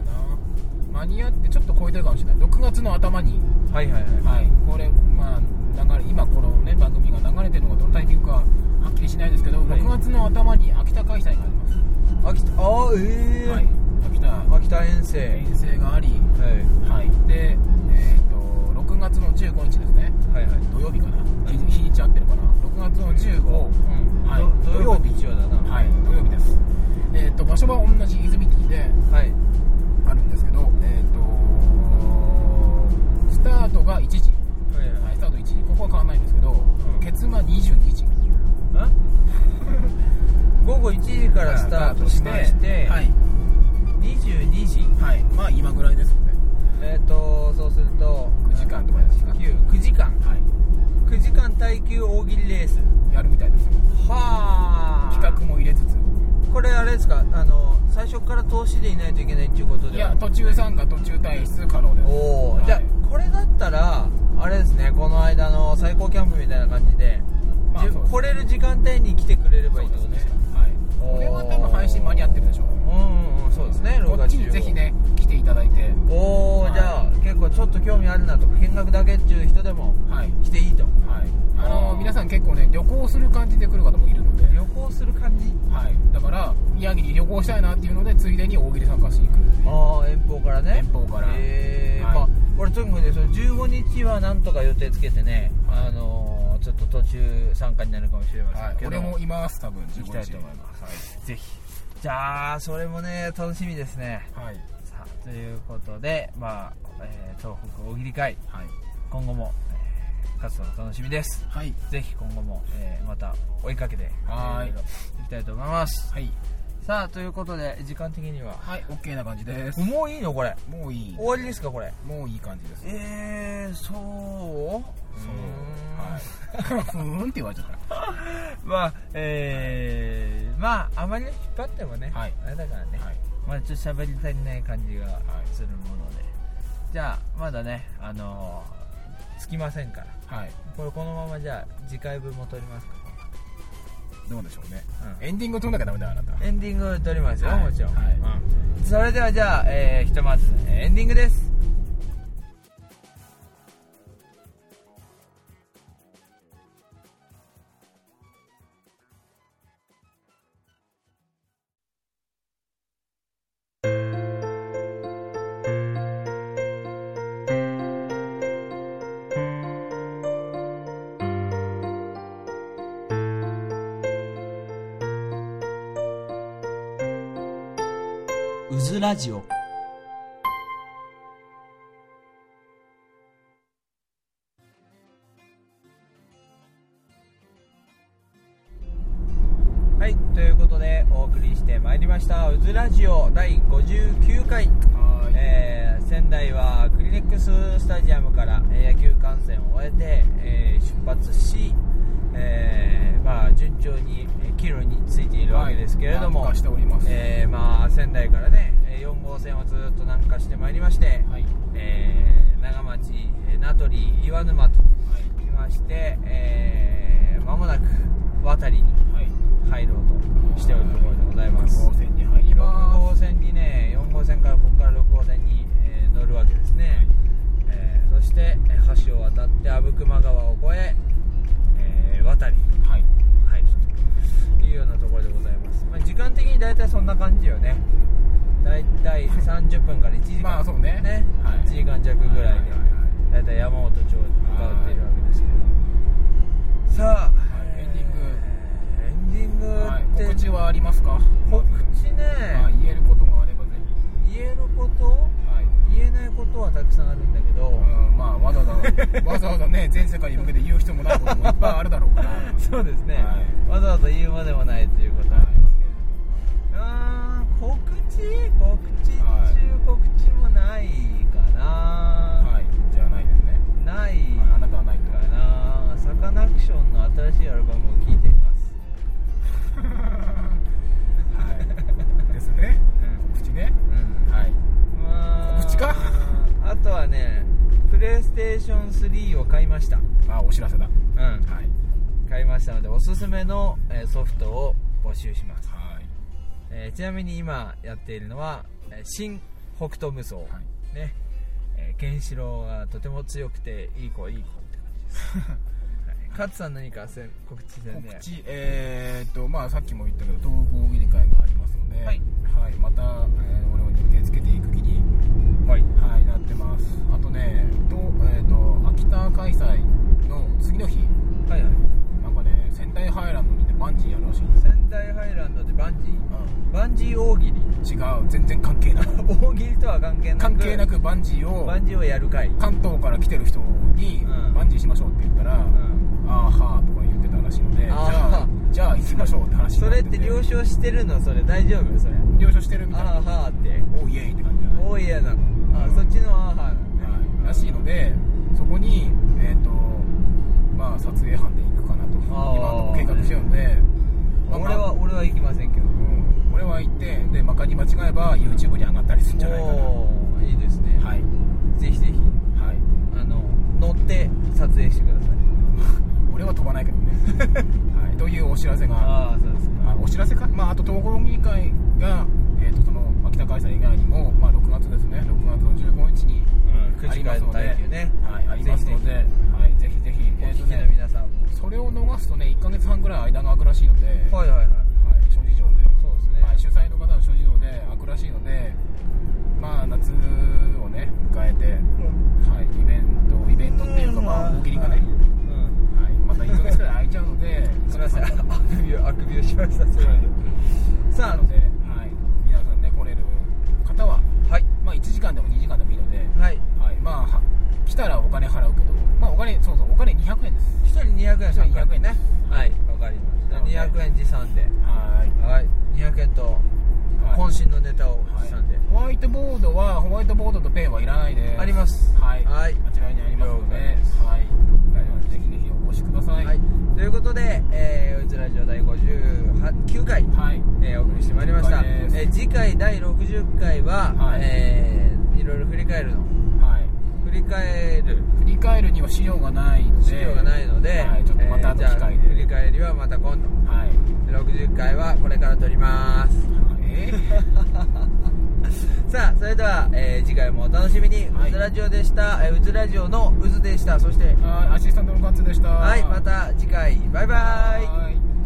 [SPEAKER 2] な間に合ってちょっと超えてるかもしれない6月の頭に
[SPEAKER 1] はいはいはい
[SPEAKER 2] はいこれまあ流れ今このね番組が流れてるのがどのタイミングかはっきりしないですけど、
[SPEAKER 1] はい
[SPEAKER 2] 6月の頭に秋田開催があります、
[SPEAKER 1] 秋田ああええ
[SPEAKER 2] はい秋田
[SPEAKER 1] 秋田遠征
[SPEAKER 2] 遠征があり
[SPEAKER 1] はい
[SPEAKER 2] はいでえっ、と6月の15日ですね
[SPEAKER 1] はいはい
[SPEAKER 2] 土曜日かな日日にち合ってるかな6月の15
[SPEAKER 1] うん
[SPEAKER 2] はい
[SPEAKER 1] ど土曜日一応だな
[SPEAKER 2] はい土曜日ですえっ、と場所は同じ泉町で
[SPEAKER 1] はい
[SPEAKER 2] あるんですけどえっ、とスタートが1時
[SPEAKER 1] はいは
[SPEAKER 2] はいいスタート1時ここは変わらないんですけど、
[SPEAKER 1] ん
[SPEAKER 2] ケツマ22時
[SPEAKER 1] ん [LAUGHS] 午後1時からスタートしまして、
[SPEAKER 2] はい、
[SPEAKER 1] 22時
[SPEAKER 2] はい、まあ今ぐらいですよね
[SPEAKER 1] えっ、とそうすると
[SPEAKER 2] 9時間とかですか
[SPEAKER 1] 9時間
[SPEAKER 2] は
[SPEAKER 1] 9時間耐久大喜利レース
[SPEAKER 2] いやるみたいですよ
[SPEAKER 1] はあ
[SPEAKER 2] 企画も入れつつ
[SPEAKER 1] これあれですかあの最初から投資でいないといけないっていうこと
[SPEAKER 2] い
[SPEAKER 1] では
[SPEAKER 2] や途中参加途中退出可能です
[SPEAKER 1] おお、
[SPEAKER 2] はい
[SPEAKER 1] じゃあこれだったらあれですねこの間の最高キャンプみたいな感じで、
[SPEAKER 2] まあ
[SPEAKER 1] じゅ
[SPEAKER 2] そうです
[SPEAKER 1] 来れる時間帯に来てくれればいいってことですか
[SPEAKER 2] はい
[SPEAKER 1] おー
[SPEAKER 2] これは多分配信間に合ってるでしょう
[SPEAKER 1] うんうんうんそうですね
[SPEAKER 2] こっちにぜひね来ていただいて
[SPEAKER 1] おお、
[SPEAKER 2] はい
[SPEAKER 1] じゃあ結構ちょっと興味あるなとか見学だけっていう人でも
[SPEAKER 2] はい
[SPEAKER 1] 来ていいと
[SPEAKER 2] はいあの
[SPEAKER 1] あー
[SPEAKER 2] ー皆さん結構ね旅行する感じで来る方もいるので
[SPEAKER 1] 旅行する感じ
[SPEAKER 2] はいだから宮城に旅行したいなっていうのでついでに大喜利参加しに来る
[SPEAKER 1] ああ遠方からね
[SPEAKER 2] 遠方から
[SPEAKER 1] ええ
[SPEAKER 2] はい
[SPEAKER 1] まあ俺とにかくねその15日はなんとか予定つけてね、あのーちょっと途中参加になるかもしれませんけど、
[SPEAKER 2] 俺もいます多分
[SPEAKER 1] 行きたいと思いますぜひじゃあそれもね楽しみですね
[SPEAKER 2] はいはい
[SPEAKER 1] さあということでまあ、えー東北大喜利会
[SPEAKER 2] はい
[SPEAKER 1] 今後も、活動が楽しみです
[SPEAKER 2] はい
[SPEAKER 1] ぜひ今後も、えーまた追いかけて
[SPEAKER 2] はーい
[SPEAKER 1] えーろろいきたいと思います
[SPEAKER 2] はい
[SPEAKER 1] さあということで時間的には
[SPEAKER 2] はい OK な感じです
[SPEAKER 1] もういいのこれ
[SPEAKER 2] もういい
[SPEAKER 1] 終わりですかこれ
[SPEAKER 2] もういい感じです
[SPEAKER 1] えー、そう
[SPEAKER 2] はいふーんって言われちゃった
[SPEAKER 1] まあえーまああまり引っ張ってもね、
[SPEAKER 2] はい
[SPEAKER 1] あれだからね、
[SPEAKER 2] はい
[SPEAKER 1] まあちょっと喋り足りない感じがするもので、じゃあまだねあのー、つきませんから
[SPEAKER 2] はい
[SPEAKER 1] これこのままじゃあ次回分も撮りますか
[SPEAKER 2] どうでしょうね
[SPEAKER 1] うん
[SPEAKER 2] エンディング撮んなきゃダメだよあなた
[SPEAKER 1] エンディング撮りますよ、
[SPEAKER 2] はい
[SPEAKER 1] もちろん、
[SPEAKER 2] はい
[SPEAKER 1] うんそれではじゃあ、えー、ひとまずエンディングですうずラジオはいということでお送りしてまいりました「うずラジオ」第59回、
[SPEAKER 2] はーい
[SPEAKER 1] えー仙台はクリネックススタジアムからえー野球観戦を終えて、えー出発し、えーまあ、順調にえー帰路についているわけですけれども、
[SPEAKER 2] はい南下しております
[SPEAKER 1] えーまあ、仙台からねえー4号線をずっと南下してまいりまして、
[SPEAKER 2] はい
[SPEAKER 1] えー長町、えー名取、岩沼と来まして、えー間もなく渡りに
[SPEAKER 2] はい
[SPEAKER 1] 入ろうとしておるところでございます
[SPEAKER 2] 6号線に入り
[SPEAKER 1] 6
[SPEAKER 2] ま
[SPEAKER 1] 号線にね4号線からここから6号線に、えー乗るわけですね、えーそしてえー橋を渡って阿武隈川を越ええー渡り
[SPEAKER 2] すはい
[SPEAKER 1] 入るというようなところでございます、まあ、時間的に大体そんな感じよね大体30分から1時間
[SPEAKER 2] まあそうねはい
[SPEAKER 1] 1時間弱ぐらい
[SPEAKER 2] はい
[SPEAKER 1] で
[SPEAKER 2] はいは
[SPEAKER 1] 大
[SPEAKER 2] い
[SPEAKER 1] 体山本町に向かっているわけですけどさあ、
[SPEAKER 2] いエンディング
[SPEAKER 1] えーエンディング
[SPEAKER 2] はい
[SPEAKER 1] って、
[SPEAKER 2] 告知はありますか
[SPEAKER 1] 告知ね、
[SPEAKER 2] はい言えることがあればぜ
[SPEAKER 1] 言えること
[SPEAKER 2] ひはい
[SPEAKER 1] 言えないことはたくさんあるんだけど、
[SPEAKER 2] うんまあわざわざ [LAUGHS] わざわざね全世界に向けて言う人もないこともいっぱいあるだろうから [LAUGHS]
[SPEAKER 1] [LAUGHS] そうですね、
[SPEAKER 2] は
[SPEAKER 1] わざわざ言うまでもないということなんですけれども、うーん告知告知
[SPEAKER 2] はい
[SPEAKER 1] 中告知もないかな、
[SPEAKER 2] はいじゃないですね
[SPEAKER 1] ない
[SPEAKER 2] はいあなたはないと
[SPEAKER 1] かなサカナクションの新しいアルバムを聴いています、
[SPEAKER 2] [LAUGHS] はいですね告知ね
[SPEAKER 1] うんうん
[SPEAKER 2] はい
[SPEAKER 1] まあ
[SPEAKER 2] 告知か
[SPEAKER 1] あとはねプレイステーション3を買いました
[SPEAKER 2] あお知らせだは
[SPEAKER 1] うん
[SPEAKER 2] いはい
[SPEAKER 1] 買いましたのでおすすめのえーソフトを募集します、えーちなみに今やっているのはえー新北斗無双、
[SPEAKER 2] はい
[SPEAKER 1] ね、えーケンシロウがとても強くていい子いい子って感じです
[SPEAKER 2] [LAUGHS]
[SPEAKER 1] はい勝さん何かせん告知宣
[SPEAKER 2] 告
[SPEAKER 1] 伝
[SPEAKER 2] 知えーっとまあさっきも言ったけど統合議会がありますので
[SPEAKER 1] はい
[SPEAKER 2] はいまた、えー俺を受け付けていく気に
[SPEAKER 1] はい
[SPEAKER 2] はいなってますあとねとえーっと秋田開催の次の日
[SPEAKER 1] はいはい
[SPEAKER 2] なんかね仙台ハイランドにねバンジーやるらしいんです
[SPEAKER 1] 仙台ハイランドでバンジーバンジー大喜利 [LAUGHS]
[SPEAKER 2] 違う全然関係ない
[SPEAKER 1] 大喜利とは関係なく
[SPEAKER 2] 関係なくバンジーを
[SPEAKER 1] バンジーをやるかい
[SPEAKER 2] 関東から来てる人に
[SPEAKER 1] うん
[SPEAKER 2] バンジーしましょうって言ったら、
[SPEAKER 1] ん
[SPEAKER 2] あーはーとか言ってたらしいのでじゃ
[SPEAKER 1] あ
[SPEAKER 2] あじゃあ行きましょうって話に
[SPEAKER 1] そ
[SPEAKER 2] な
[SPEAKER 1] れ
[SPEAKER 2] っ
[SPEAKER 1] って
[SPEAKER 2] て
[SPEAKER 1] て了承してるのそれ大丈夫それ
[SPEAKER 2] 了承してるみたい
[SPEAKER 1] あ
[SPEAKER 2] な
[SPEAKER 1] ーはーって
[SPEAKER 2] おーイエイって感じだね、
[SPEAKER 1] 大家なのあーそっちのアーハーなのね
[SPEAKER 2] はい、らしいのでそこにえっ、とまあ撮影班で行くかなと今
[SPEAKER 1] あー
[SPEAKER 2] のとこ計画してるので、まあ
[SPEAKER 1] 俺は俺は行きませんけど
[SPEAKER 2] うん俺は行ってでまかに間違えば YouTube に上がったりするんじゃないかなは
[SPEAKER 1] おーいいですね、
[SPEAKER 2] い
[SPEAKER 1] ぜひぜひ
[SPEAKER 2] はい [LAUGHS]
[SPEAKER 1] あの乗って撮影してください
[SPEAKER 2] 俺は飛ばないけどね、 [LAUGHS] はい、というお知らせが
[SPEAKER 1] ああそうです
[SPEAKER 2] あお知らせか、まあ、あと統合議会が、えー、とその秋田開催以外にも、まあ、6月ですね6月の15日に
[SPEAKER 1] うん
[SPEAKER 2] あ
[SPEAKER 1] 口
[SPEAKER 2] り
[SPEAKER 1] 帰
[SPEAKER 2] ます
[SPEAKER 1] っ
[SPEAKER 2] の
[SPEAKER 1] た
[SPEAKER 2] で
[SPEAKER 1] 野球ね
[SPEAKER 2] はい、ありますので
[SPEAKER 1] ぜ
[SPEAKER 2] はい、ぜひぜひ、
[SPEAKER 1] ひ
[SPEAKER 2] え
[SPEAKER 1] ぜ
[SPEAKER 2] ー
[SPEAKER 1] ひ
[SPEAKER 2] と
[SPEAKER 1] お聞きの
[SPEAKER 2] ね、
[SPEAKER 1] 皆さんも
[SPEAKER 2] それを逃すとね1か月半ぐらい間が空くらしいので、はい
[SPEAKER 1] はいはいはい
[SPEAKER 2] 諸事情で、
[SPEAKER 1] そうですね、
[SPEAKER 2] はい、主催の方の諸事情で空くらしいので、まあ、夏をね迎えて、はい、イベントイベントっていうか、まあ、大喜利がね、
[SPEAKER 1] うん
[SPEAKER 2] はい、また1か月ぐらい空いちゃうので
[SPEAKER 1] すみませんあくびをあくびをしましたすいません、さ
[SPEAKER 2] な
[SPEAKER 1] あ
[SPEAKER 2] ので、はい、皆さんね来れる方は、
[SPEAKER 1] はい
[SPEAKER 2] まあ、1時間でも2時間でもいいので、
[SPEAKER 1] はい
[SPEAKER 2] はいまあ、は来たらお金払うけど、まあ、お金そうそうお金
[SPEAKER 1] 200円参加
[SPEAKER 2] 200円ね
[SPEAKER 1] はいわかりました200円持参で
[SPEAKER 2] はーい
[SPEAKER 1] はい200円と
[SPEAKER 2] はい
[SPEAKER 1] 渾身のネタを持参で、
[SPEAKER 2] ホワイトボードはホワイトボードとペンはいらないです
[SPEAKER 1] あります
[SPEAKER 2] はい、
[SPEAKER 1] はい
[SPEAKER 2] あちらにありますので
[SPEAKER 1] 了解です
[SPEAKER 2] はいぜひぜひお越しください
[SPEAKER 1] はい、ということで、えー、うつラジオ第59回、
[SPEAKER 2] はい
[SPEAKER 1] えーお送りしてまいりました、
[SPEAKER 2] 了解です
[SPEAKER 1] えー次回第60回は、
[SPEAKER 2] はい
[SPEAKER 1] えーいろいろ振り返るの
[SPEAKER 2] はい
[SPEAKER 1] 振り返る
[SPEAKER 2] 振り返るには資料がないので
[SPEAKER 1] 資料がないので、
[SPEAKER 2] はい、ちょっとまた
[SPEAKER 1] えー
[SPEAKER 2] 後
[SPEAKER 1] じ
[SPEAKER 2] 機
[SPEAKER 1] ゃあ
[SPEAKER 2] 会
[SPEAKER 1] 振
[SPEAKER 2] で、
[SPEAKER 1] り返りはまた今度
[SPEAKER 2] はい
[SPEAKER 1] 60回はこれから撮ります
[SPEAKER 2] え
[SPEAKER 1] さあそれでは、えー次回もお楽しみに、
[SPEAKER 2] はいう
[SPEAKER 1] ずラジオでした、えーうずラジオのうずでしたそして
[SPEAKER 2] ー、はいアシスタントのカッツでした
[SPEAKER 1] はいまた次回バイバイ
[SPEAKER 2] はい